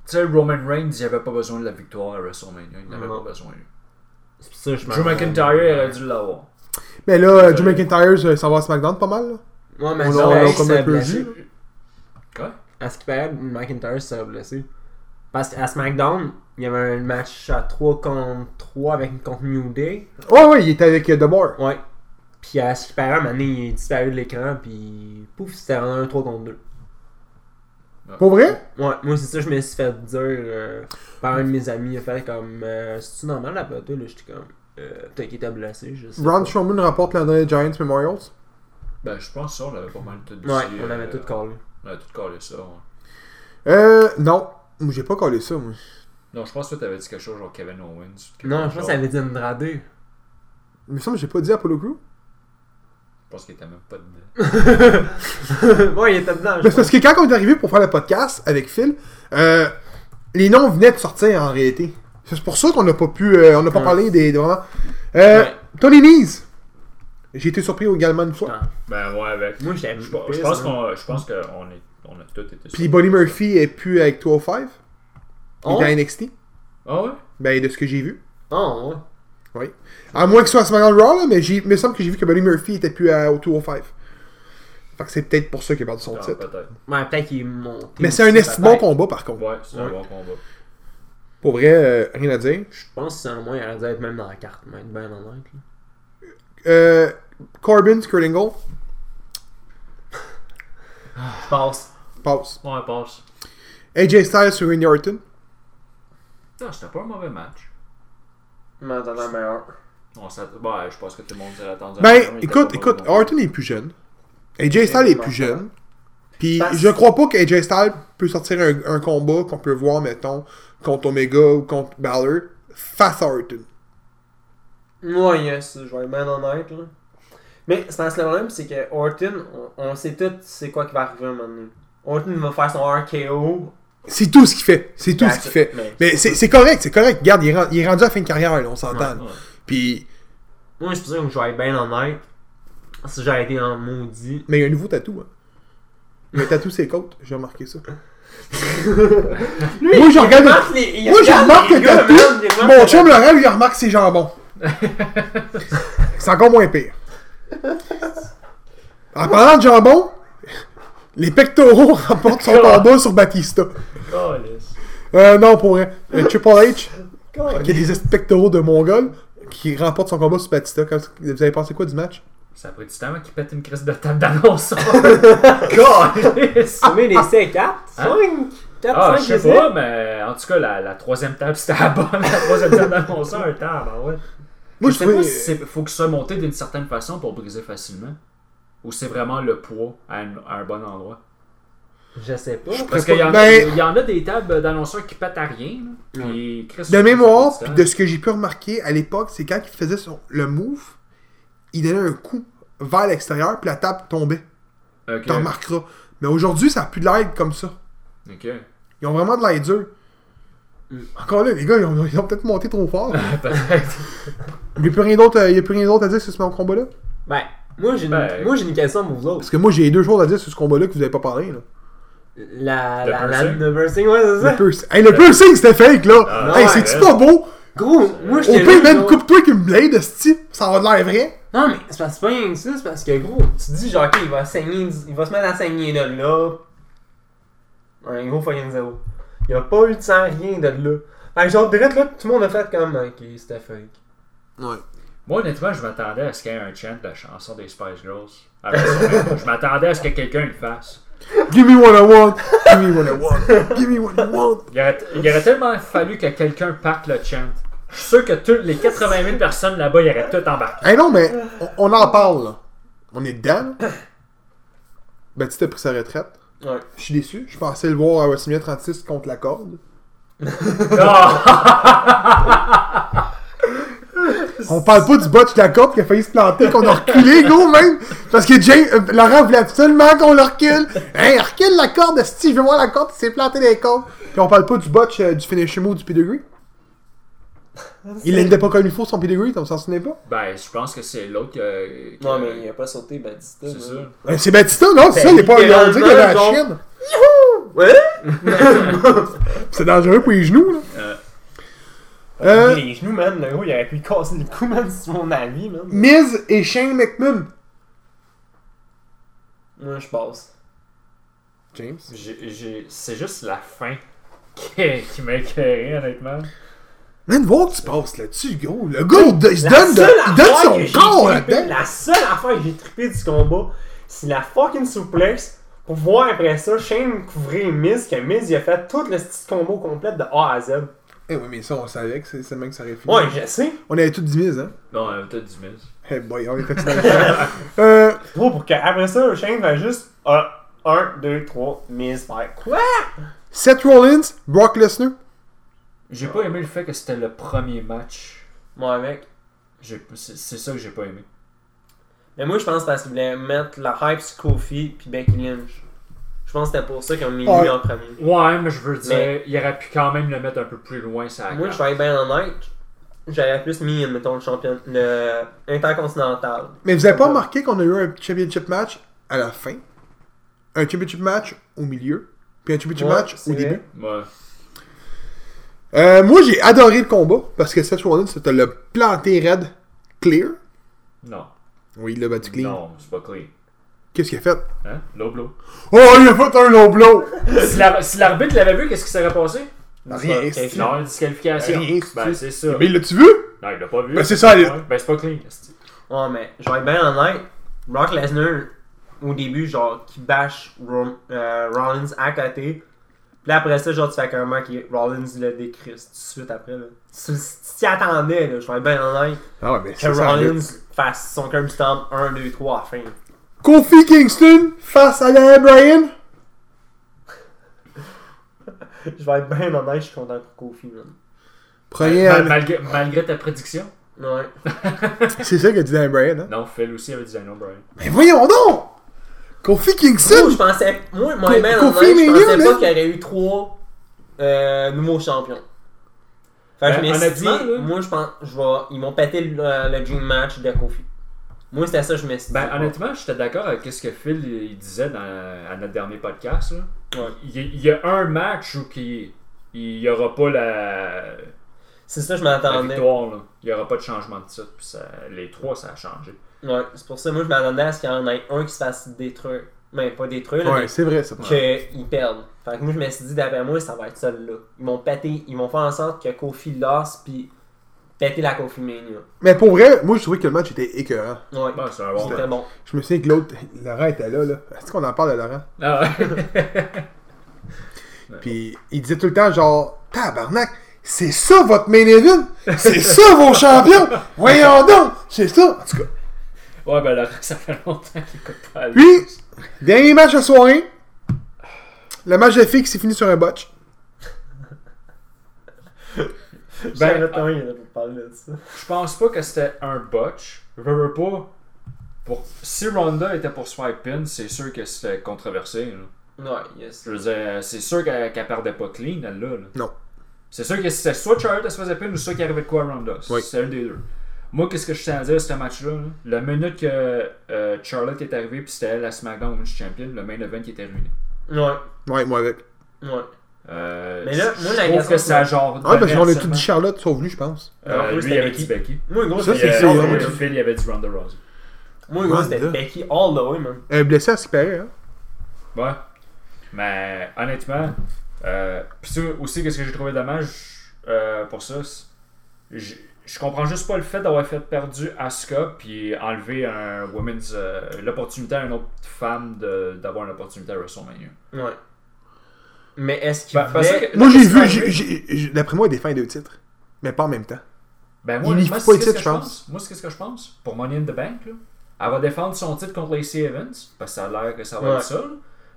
tu sais, Roman Reigns, il avait pas besoin de la victoire à WrestleMania. Il n'avait Non. pas besoin. C'est pour ça que je m'en Drew McIntyre il aurait dû l'avoir. Mais là, Drew McIntyre, euh, s'en va à SmackDown pas mal. là. Ouais, mais On ça, l'a- on l'a Alex comme s'est un peu blessé. vu. Quoi? À ce qui paraît, McIntyre s'est blessé. Parce qu'à SmackDown, il y avait un match à 3 contre 3 avec, contre New Day. Ouais, ouais, il était avec euh, The Bar. Ouais. Puis à ce qui paraît, un moment donné, il est disparu de l'écran, puis pouf, c'était un 3 contre 2. Pour vrai? Ouais, moi c'est ça, je me suis fait dire euh, par un de mes amis, il a fait comme euh, C'est-tu normal la photo là J'étais comme euh, T'as qui t'a blessé, je sais. Braun pas. Strowman remporte l'André Giants Memorials. Ben, je pense que ça, on l'avait pas mal tout dit. Ouais, on avait euh, tout collé. On avait tout collé ça. ouais. Euh, non. Moi, J'ai pas collé ça, moi. Non, je pense que tu avais dit quelque chose genre Kevin Owens. ou quelque Non, je chose pense genre. que ça avait dit Andrade. Je Il me semble que j'ai pas dit Apollo Crew. Je pense qu'il était même pas dedans. ouais, il était dedans. Mais Ben, c'est Je parce pense. que quand on est arrivé pour faire le podcast avec Phil, euh, les noms venaient de sortir en réalité. C'est pour ça qu'on n'a pas pu. euh, on n'a pas Ouais. parlé des. des- vraiment. Euh, Ouais. Tony Nese. J'ai été surpris également une fois. Ah, Ben, ouais, avec. Moi j'étais Je, Bah, je pense qu'on je pense qu'on est- on a tous été Puis surpris. Bonnie Murphy est plus avec 205. Il Oh, est à NXT. Ah ouais? Ben, de ce que j'ai vu. oh, ouais. À moins que ce soit à SmackDown Raw, là, mais j'ai- il me semble que j'ai vu que Bonnie Murphy était plus à, au 205. Fait que c'est peut-être pour ça qu'il a perdu son Ah, titre. peut-être. Ouais, peut-être qu'il est monté. Mais c'est un aussi, esti bon peut-être. combat par contre. Ouais, c'est un Ouais. bon combat. Pour vrai, euh, rien à dire. Je pense que selon moi, il aurait dû être même dans la carte, mais être bien dans l'autre. là. Euh, Corbin, Skirtingle, Je pense. passe. Ouais, passe. AJ Styles sur Randy Orton. Non, c'était pas un mauvais match. Je m'attendais à meilleur. On s'att- ben, je pense que tout le monde s'est attendu à ça, Ben, mais il était écoute, pas écoute, mauvais non plus. Orton est plus jeune. AJ Styles est plus jeune. Puis Parce- je crois pas que AJ Styles peut sortir un, un combat qu'on peut voir, mettons, contre Omega ou contre Balor face à Orton. Ouais, yes, je vais être bien honnête. Là. Mais c'est parce que le problème, c'est que Orton, on, on sait tout c'est quoi qui va arriver maintenant. Orton va faire son RKO. C'est tout ce qu'il fait. C'est tout Ben, ce qu'il fait. mais- Mais c'est c'est correct, c'est correct. Regarde, il est, ren- il est rendu à la fin de carrière, là, on s'entend. Ouais. Puis, Moi, je suis sûr que je vais être bien honnête. Si j'avais été en maudit. mais il y a un nouveau tatou. Hein. Il a un tatou ses côtes, j'ai remarqué ça. Moi, je Oh, regarde. Marque les- il Moi, je regarde remarque les le gars, man, il tatou. remarque Mon le- chum Laurent, lui, il remarque ses jambons. C'est encore moins pire. En parlant de jambon, les pectoraux remportent son combat sur Batista. Calisse. Euh, non, pour vrai. Euh, Triple H, qui a des estis de pectoraux de Mongol, qui remporte son combat sur Batista. Comme- Vous avez pensé quoi du match? Ça a pris du temps avant qu'il pète une crise de table d'annonce. Calisse. Combien d'essais 4 Hein? 5 4 Ah, 5 je sais pas, mais en tout cas, la, la troisième table, c'était la bonne. La troisième table d'annonceur, un temps, ben ouais. Moi, je je sais trouvais- pas si c'est- faut que ça monte d'une certaine façon pour briser facilement. Ou c'est vraiment le poids à un, à un bon endroit. Je sais pas. Parce ferais qu'il y, pas- en a- Ben- il y en a des tables d'annonceurs qui pètent à rien. là, puis Chris, De ça mémoire, prend puis du de temps. ce que j'ai pu remarquer à l'époque, c'est quand il faisait son- le move, il donnait un coup vers l'extérieur, puis la table tombait. Ok, T'en remarqueras. Mais aujourd'hui, ça a plus de l'aide comme ça. ok. Ils ont vraiment de l'aide dure. Mm. Encore là, les gars, ils ont, ils ont peut-être monté trop fort. Peut-être. Il n'y a plus rien d'autre, euh, il y a plus rien d'autre à dire sur ce même combat-là. Ben, moi j'ai Ben. une, moi, j'ai une question pour vous autres. Parce que moi, j'ai deux choses à dire sur ce combat-là que vous n'avez pas parlé. Là. La. Le La. La. piercing. Le piercing, ouais, c'est ça. Le piercing, hey, le piercing, c'était fake, là. Ah, hey, ouais, c'est-tu ouais. pas beau? Gros, moi Au j'étais. pire, là, même genre- coupe-toi avec une blade, esti. Ça va de l'air vrai. Non, mais c'est parce que c'est pas rien que ça, c'est parce que gros, tu dis genre, ok, il va saigner, du- il va se mettre à saigner de là. Un gros fucking zéro. Il a pas eu de sang, rien de là. Fait que genre, direct là, tout le monde a fait comme, ok, c'était fake. Ouais. Moi, honnêtement, je m'attendais à ce qu'il y ait un chant de la chanson des Spice Girls. Avec ça, je m'attendais à ce que quelqu'un le fasse. Give me what I want. Give me what I want. Give me what I want. Il aurait, il aurait tellement fallu que quelqu'un parte le chant. Je suis sûr que toutes les 80 000 personnes là-bas, ils auraient tout embarqué. Hey non, mais on, on en parle, là. On est dedans, là. Baptiste a pris sa retraite. Ouais. Je suis déçu. Je pensais le voir à WrestleMania 36 contre la corde. Ah! On parle pas du botch de la corde qui a failli se planter, qu'on a reculé, go, même! Parce que Jay, euh, Laurent voulait absolument qu'on le recule! Hey, recule la corde, si je veux voir la corde, il s'est planté des cordes! Puis on parle pas du botch euh, du finisher move du pedigree. Il l'aidait pas comme il faut son pedigree, t'en s'en souvenais pas? Ben, je pense que c'est l'autre qui a- qui a- Non, mais euh, mm-hmm. il a pas sauté Batista. C'est sûr. Euh, c'est Batista, non? C'est ça, il est pas. On dirait qu'il est dans la littéralement, chienne. Ouais? C'est dangereux pour les genoux, là. Euh, Les genoux, man, le gros, il aurait pu le casser le cou, man, c'est mon avis, man. Miz et Shane McMahon. Moi, je passe. James. J'ai- j'ai- C'est juste la fin qui, qui m'a écœuré, honnêtement. Man, voir que tu passes là-dessus, gros. Le gars, il, il se donne, de- seule il donne affaire que j'ai son corps trippé- là-dedans. La seule affaire que j'ai trippé du combat, c'est la fucking suplex pour voir après ça Shane couvrir Miz, que Miz il a fait tout le petit combo complet de A à Z. Eh oui, mais ça, on savait que c'est seulement que ça aurait fini. Ouais, je sais. On avait tout 10 000, hein. Non, on a peut-être 10 000. Eh boy, on était tout dans le champ. Euh, Gros, pour qu'après ça, Shane va juste 1, 2, 3, Miz, faire quoi? Seth Rollins, Brock Lesnar. J'ai pas aimé le fait que c'était le premier match. Moi, mec. J'ai- C'est c'est ça que j'ai pas aimé. Mais moi, je pense parce qu'ils voulaient mettre la hype sur Kofi puis Becky Lynch. Je pense que c'était pour ça qu'ils ont mis Ouais. lui en premier. Ouais, mais je veux dire, Mais- il aurait pu quand même le mettre un peu plus loin, ça. Moi, je vais être bien honnête. J'avais plus mis, mettons, le champion, le intercontinental. Mais vous avez pas remarqué qu'on a eu un championship match à la fin, un championship match au milieu, puis un championship Ouais, match c'est au vrai. début. Ouais. Euh, moi, j'ai adoré le combat parce que Seth Rollins, c'était le planté raide clear. Non. Oui, il l'a battu clean. Non, c'est pas clean. Qu'est-ce qu'il a fait? Hein? Low blow. Oh, il a fait un low blow! si la- si l'arbitre l'avait vu, qu'est-ce qui serait passé? Rien, Ok, c'est- Non, une disqualification. Rien, ben, c'est ça. Mais l'as-tu vu? Non, il l'a pas vu. Ben, c'est ça, elle- Ouais, Ben, c'est pas clean. c'est- Ouais, mais je vais être bien honnête. Brock Lesnar, au début, genre, qui bâche Rom- euh, Rollins à côté. Puis là, après ça, genre, tu fais carrément que Rollins le décrisse tout de suite après. Là. Si si t'y attendais, là, je vais être bien honnête. Ah ouais, mais Que c'est ça. Rollins là. fasse son curb stomp 1, 2, 3 à la fin. Kofi Kingston face à Daniel Bryan. Je vais être bien honnête, je suis content pour Kofi, man. Premier. Mal- malgré, malgré ta prédiction? Ouais. C'est ça que dit Daniel Bryan, hein? Non, Phil aussi avait dit non, Brian. Ben, Mais voyons donc! Kofi Moi, Kingston! je pensais. Moi, moi, Co- ben, Kofi honnête, je Mania, pensais man. pas qu'il y aurait eu trois euh, nouveaux champions. Fait que Ben, je me suis dit, honnêtement, là- moi, je pense, je vais- ils m'ont pété le, euh, le dream match de Kofi. Moi, c'était ça, que je me suis dit. Ben, honnêtement, j'étais d'accord avec ce que Phil il disait dans, à notre dernier podcast. là. Ouais. Il, il y a un match où qu'il- il n'y aura pas la, C'est ça, que je la m'attendais. victoire. là. Il n'y aura pas de changement de titre. puis ça- les trois, ça a changé. Ouais, c'est pour ça, moi, je m'attendais à ce qu'il y en ait un qui se fasse détruire. Mais pas détruire, là, Ouais, c'est vrai, ça. mais qu'ils perdent. Fait que moi, je me suis dit, d'après moi, ça va être ça, là. Ils m'ont pété, ils vont faire en sorte que Kofi losse, puis péter la Kofi Mania. Mais pour vrai, moi, je trouvais que le match était écœurant. Ouais, Bon, c'est un bon c'était match. bon. Je me souviens que l'autre, Laurent était là, là. Est-ce qu'on en parle de Laurent? Ah ouais. Puis il disait tout le temps, genre, tabarnak, c'est ça votre main event? C'est ça vos champions? Voyons donc! C'est ça! En tout cas. ouais, ben là, ça fait longtemps qu'il écoute pas. lui. Puis, dernier match de soirée. Le match de filles qui s'est fini sur un botch. Ben, J'arrête rien là, pour parler de ça. Je pense pas que c'était un botch. Je veux pas. Pour... Si Ronda était pour Swipe Pin, c'est sûr que c'était controversé. là. Ouais, yes. Je veux dire, euh, c'est sûr qu'elle qu'elle perdait pas clean, elle là. là. Non. C'est sûr que c'était soit Charlotte elle se faisait pin ou soit qu'il arrivait de quoi à Ronda. C'est- Oui. C'est un des deux. Moi, qu'est-ce que je tiens à dire de ce match-là là? La minute que euh, Charlotte est arrivée puis c'était elle la SmackDown Women's Champion, le main event qui était ruiné. Ouais, Ouais, moi avec. ouais. Euh, Mais là, je- moi, je la trouve question, que c'est- ça genre. Ouais, Ah, parce donnait qu'on a tout seulement- dit Charlotte, sauf lui, je pense. Alors, Euh, lui, lui, il c'était avait dit Becky. Moi, gros, Ça, Puis, c'est c'était ça, euh, ouais. Phil, il avait dit Ronda Rousey. Moi, gros, c'était Ouais, là. Becky all the way, man. Elle est blessée à ce qui paraît, hein. Ouais. Mais honnêtement, euh, pis ça aussi, qu'est-ce que j'ai trouvé dommage euh, pour ça, c'est- je je comprends juste pas le fait d'avoir fait perdu Asuka puis enlever un women's euh, l'opportunité à une autre femme de- d'avoir une opportunité à WrestleMania. Ouais. Mais est-ce qu'il Ben, parce voulait... que- Moi, j'ai parce que- vu, j'ai- j'ai- j'ai- d'après moi, elle défend les deux titres. Mais pas en même temps. Ben, Il moi, n'y moi, faut pas c'est les qu'est-ce titres, je que je pense. pense. Moi, c'est qu'est-ce que je pense. Pour Money in the Bank, là, elle va défendre son titre contre Lacey Evans, parce que ça a l'air que ça va Ouais. être ça. là.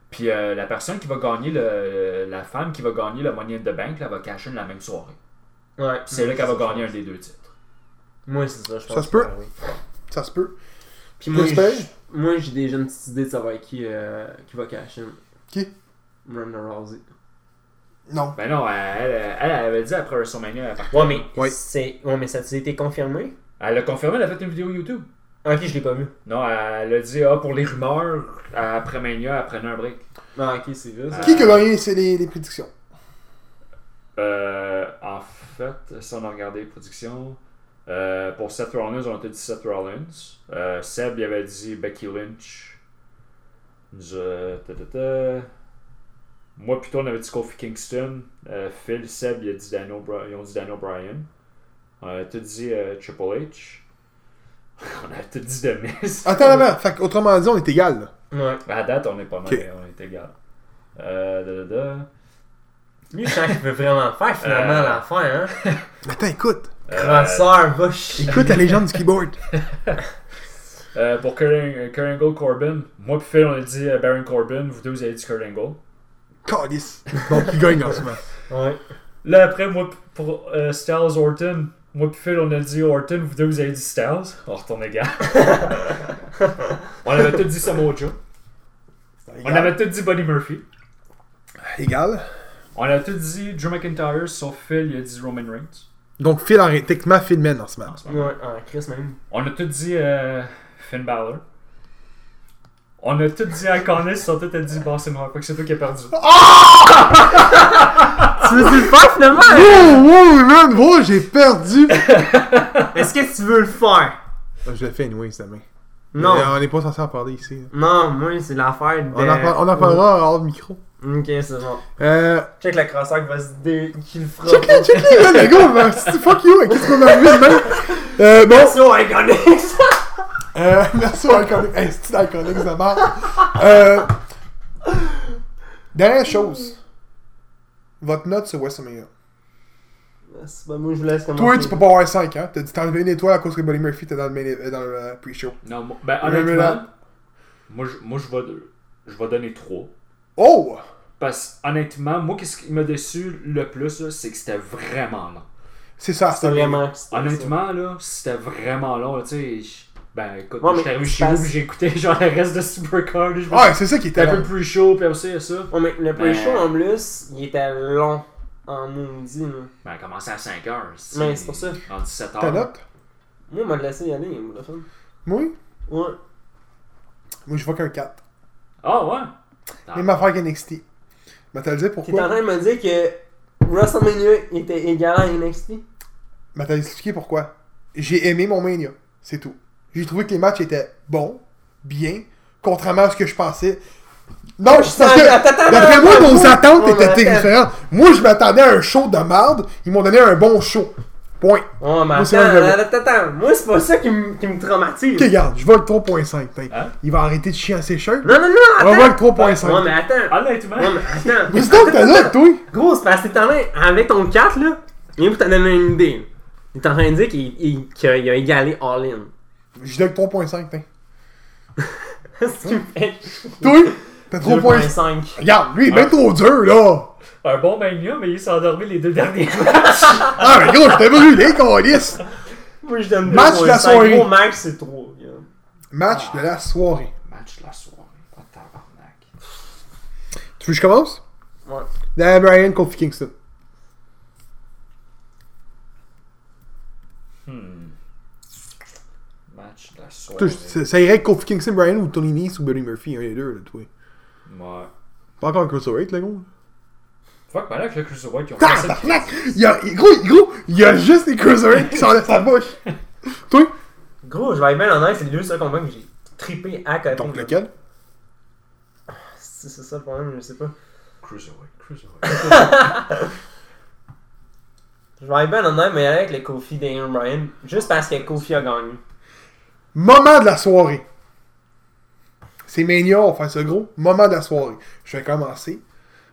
Puis euh, la personne qui va gagner, le, la femme qui va gagner le Money in the Bank, là, elle va cacher la même soirée. Ouais. Puis c'est là qu'elle va gagner un des deux titres. Moi, c'est ça, je pense. se peut. que oui. Ça se peut. Puis moi, J'espère. j- moi, j'ai déjà une petite idée de savoir qui, euh, qui va cacher. Qui? Ronda Rousey. Non. Ben non, elle, elle, elle avait dit après WrestleMania, elle, part- Ouais, mais, Ouais. c'est... ouais, mais ça a été confirmé? elle l'a confirmé, elle a fait une vidéo YouTube. Ok, je l'ai pas vu. Non, elle a dit, ah, pour les rumeurs, après Mania, elle prenait un break. Ah, ok, c'est vrai. ça. Qui a gagné c'est les, les prédictions Euh, en fait, si on a regardé les productions, euh, pour Seth Rollins, on a dit Seth Rollins. Euh, Seb, il avait dit Becky Lynch. Nous, euh, ta, ta, ta. Moi, plutôt, on avait dit Kofi Kingston. Euh, Phil, Seb, il a dit Dan O'Bri- ils ont dit Dan O'Brien. On a tout dit euh, Triple H. on a tout dit The Miz. Attends, avant. Fait qu'autrement dit, on est égal. là. Ouais. À date, on est pas mal, Ok. on est égal. Euh, da, da, da. Lui, je sens qu'il veut vraiment faire finalement Euh. la fin, hein. Attends, écoute. euh, Crosseur, va chier. Écoute la légende du keyboard. Euh, pour Kurt Kurt Angle, Corbin, moi puis Phil, on a dit euh, Baron Corbin, vous deux, vous avez dit Kurt Angle. Calice. Donc, il gagne en ce moment. Ouais. Là, après, moi puis- pour euh, Styles, Orton, moi puis Phil, on a dit Orton, vous deux, vous avez dit Styles. On retourne égal. on avait tous dit Samoa Joe. On avait tous dit Buddy Murphy. Égal. On a tous dit Drew McIntyre, sauf Phil, il a dit Roman Reigns. Donc, Phil, en... techniquement, Phil mène en ce moment. En ce Ouais, moment. en Chris même. On a tous dit euh, Finn Balor. On a tous dit Akonis, ils ont tous dit Bon, c'est moi, quoi que c'est toi qui as perdu. Tu veux le faire finalement? Oh, wow, man, wow, j'ai perdu. Est-ce que tu veux le faire? Ah, Je le fais anyway, cette main. Non. Mais euh, on n'est pas censé en parler ici. là. Non, moi, c'est l'affaire de. Ben, On en, par- on en parlera hors micro. Ok, c'est bon. Euh. Check le crosseur qui va se dé. qui le fera. Check les, check les, là, le gars, man. C'est- Fuck you, hein, qu'est-ce qu'on a vu, man? Euh, bon. Attention, Iconics! Euh, merci à Iconic. Hey, c'est Iconic, ça marche. Euh, dernière chose. Votre note sur WrestleMania. C'est pas ben, moi, je vous laisse commencer. Toi, tu peux pas avoir 5, hein? T'as dit t'enlever une étoile à cause que Buddy Murphy était dans le, main- euh, dans le euh, pre-show. Non, moi- ben Le honnêtement, Mulan. moi je, moi, je, vais, je vais donner 3. Oh! Parce honnêtement, moi, qu'est-ce qui m'a déçu le plus, là, c'est que c'était vraiment long. C'est ça, C'est vraiment. Honnêtement, là, c'était vraiment long. là, Tu sais, je- ben écoute, Ouais, mais Ah, j'étais arrivé tu chez vous, passes- puis j'ai écouté genre le reste de Supercar. là, je me- Ouais, c'est ça qui était C'était un là. peu plus chaud, puis aussi, il y a ça. Ouais, Oh, mais le pre-show Ben- en plus, il était long en maudit. là. Ben, elle commençait à 5 heures. Mais c'est pour ça. En 17 Ta heures. note? Moi, il m'a laissé y aller, il m'a fait. Moi? Ouais. Moi, je vois qu'un 4. Ah ouais? Ah. Même affaire qu'NXT. Mais t'as dit T'es en pourquoi? train de me dire que WrestleMania était égal à NXT? Mais t'as expliqué pourquoi. J'ai aimé mon Mania. C'est tout. J'ai trouvé que les matchs étaient bons, bien, contrairement à ce que je pensais. Non, je Attends, parce que- attends, attends, D'après moi, attends, nos attends. attentes Ouais, étaient mais attends. différentes. Moi, je m'attendais à un show de merde. Ils m'ont donné un bon show. Point. Oh, mais Moi, attends, c'est vrai que je le attends, attends. Moi, c'est pas ça qui me qui me traumatise. Ok, regarde, je vois le 3.5. t'in. Hein? Il va arrêter de chier à ses shirts. Non, non, non, On va voir attends. le 3.5. Ouais, mais attends. Honnêtement, Ouais, mais attends. Mais c'est donc t'as là, toi. Gros, c'est parce que t'es en train, avec ton 4, là, il pour t'en donner une idée. Il est en train de dire qu'il il- qu'il a égalé All-In. Je donne le 3.5. t'in. Qu'est-ce que tu fais? Toi, t'as 3.5. 3.5. Regarde, lui, il est Ouais. bien trop dur, là. un bon Mania, mais il s'est endormi les deux derniers. Ah, mais gros, je t'ai brûlé, câlisse. Moi, je donne Match de la 2.5. soirée. Gros, max, c'est 3. Match de la soirée. Match la soirée. Oh, tabarnak. Tu veux que je commence? Ouais. Dan Bryan, Kofi Kingston. Hmm. Match de la soirée. Toi, je- Ça irait avec Kofi Kingston, Bryan ou Tony Nese ou Buddy Murphy. Un des deux, là, toi. Ouais. Pas encore un Cruiserweight, là, gros. Fuck, ben là, avec le Cruiserweight, ils ont fait ça. Tabarnak! Il y a, gros, gros, il y a juste des cruisers qui sont dans sa bouche. Toi? Gros, je vais être bien honnête, c'est les deux seuls combats que j'ai trippé à côté. Donc lequel? C'est c'est ça le problème, je sais pas. Cruiserweight, Cruiserweight. Je vais être bien honnête, mais avec le Kofi Daniel Bryan, juste parce que Kofi a gagné. Moment de la soirée. C'est Mania, on va faire ça gros. Moment de la soirée. Je vais commencer.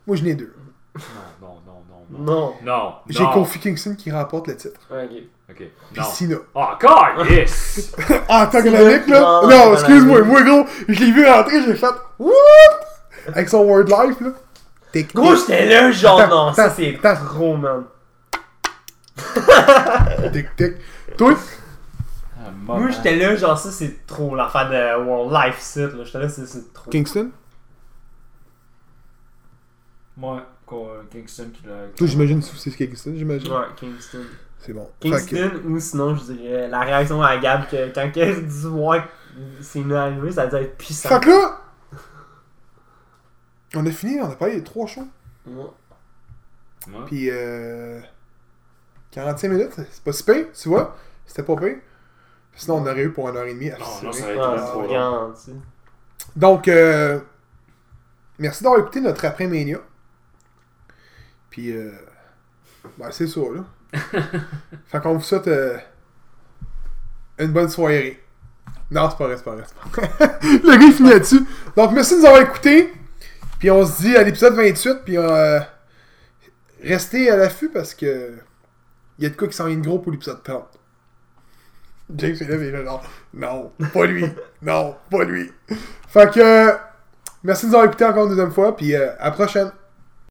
Moi, je n'ai deux. Non, non, non, non, non. Non. Non. J'ai non. Kofi Kingston qui remporte le titre. Ok. Ok. Ok. Puis Non. Cena. Oh, God, yes! Ah, Tagonomic, Cena. là? Non, Non, Tagonomic. excuse-moi, moi, gros, je l'ai vu rentrer, j'ai fait What? Avec son Word Life, là. T'es Gros, j'étais là, genre, Attends, non, ça attends, c'est attends. trop, man. Tic, tic. Toi, Ah, Moi, maman. j'étais là, genre, ça c'est trop l'affaire de World Life Site, là. J'étais là, c'est- c'est trop. Kingston? Moi, quoi, Kingston qui l'a. Toi, j'imagine sous c'est Kingston, j'imagine. Ouais, Kingston. C'est bon. Fait que- Kingston, ou sinon, je dirais, la réaction à Gab, que quand elle a dû voir que c'est nous arrivé, ça devait être puissant. Fait que là, on a fini, on a parlé des trois shows. Ouais. Moi. Puis, euh, 45 minutes, c'est pas si pire, tu vois. C'était pas pire. Sinon, on aurait eu pour une heure et demie. à Non, se non, ça serrer. va être Ah, même trop c'est long. grand, tu sais. Donc, euh, merci d'avoir écouté notre après-mania. Puis, euh, ben, c'est ça, là. fait qu'on vous souhaite euh, une bonne soirée. Non, c'est pas vrai, c'est pas vrai. c'est pas vrai. Le gars, il finit là-dessus. Donc, merci de nous avoir écoutés. Puis, on se dit à l'épisode 28. Puis, euh, restez à l'affût parce que il y a de quoi qui s'en vient de gros pour l'épisode 30. James est là, mais il fait genre, non, pas lui. non, pas lui. Fait que, euh, merci de nous avoir écoutés encore une deuxième fois, puis euh, à la prochaine.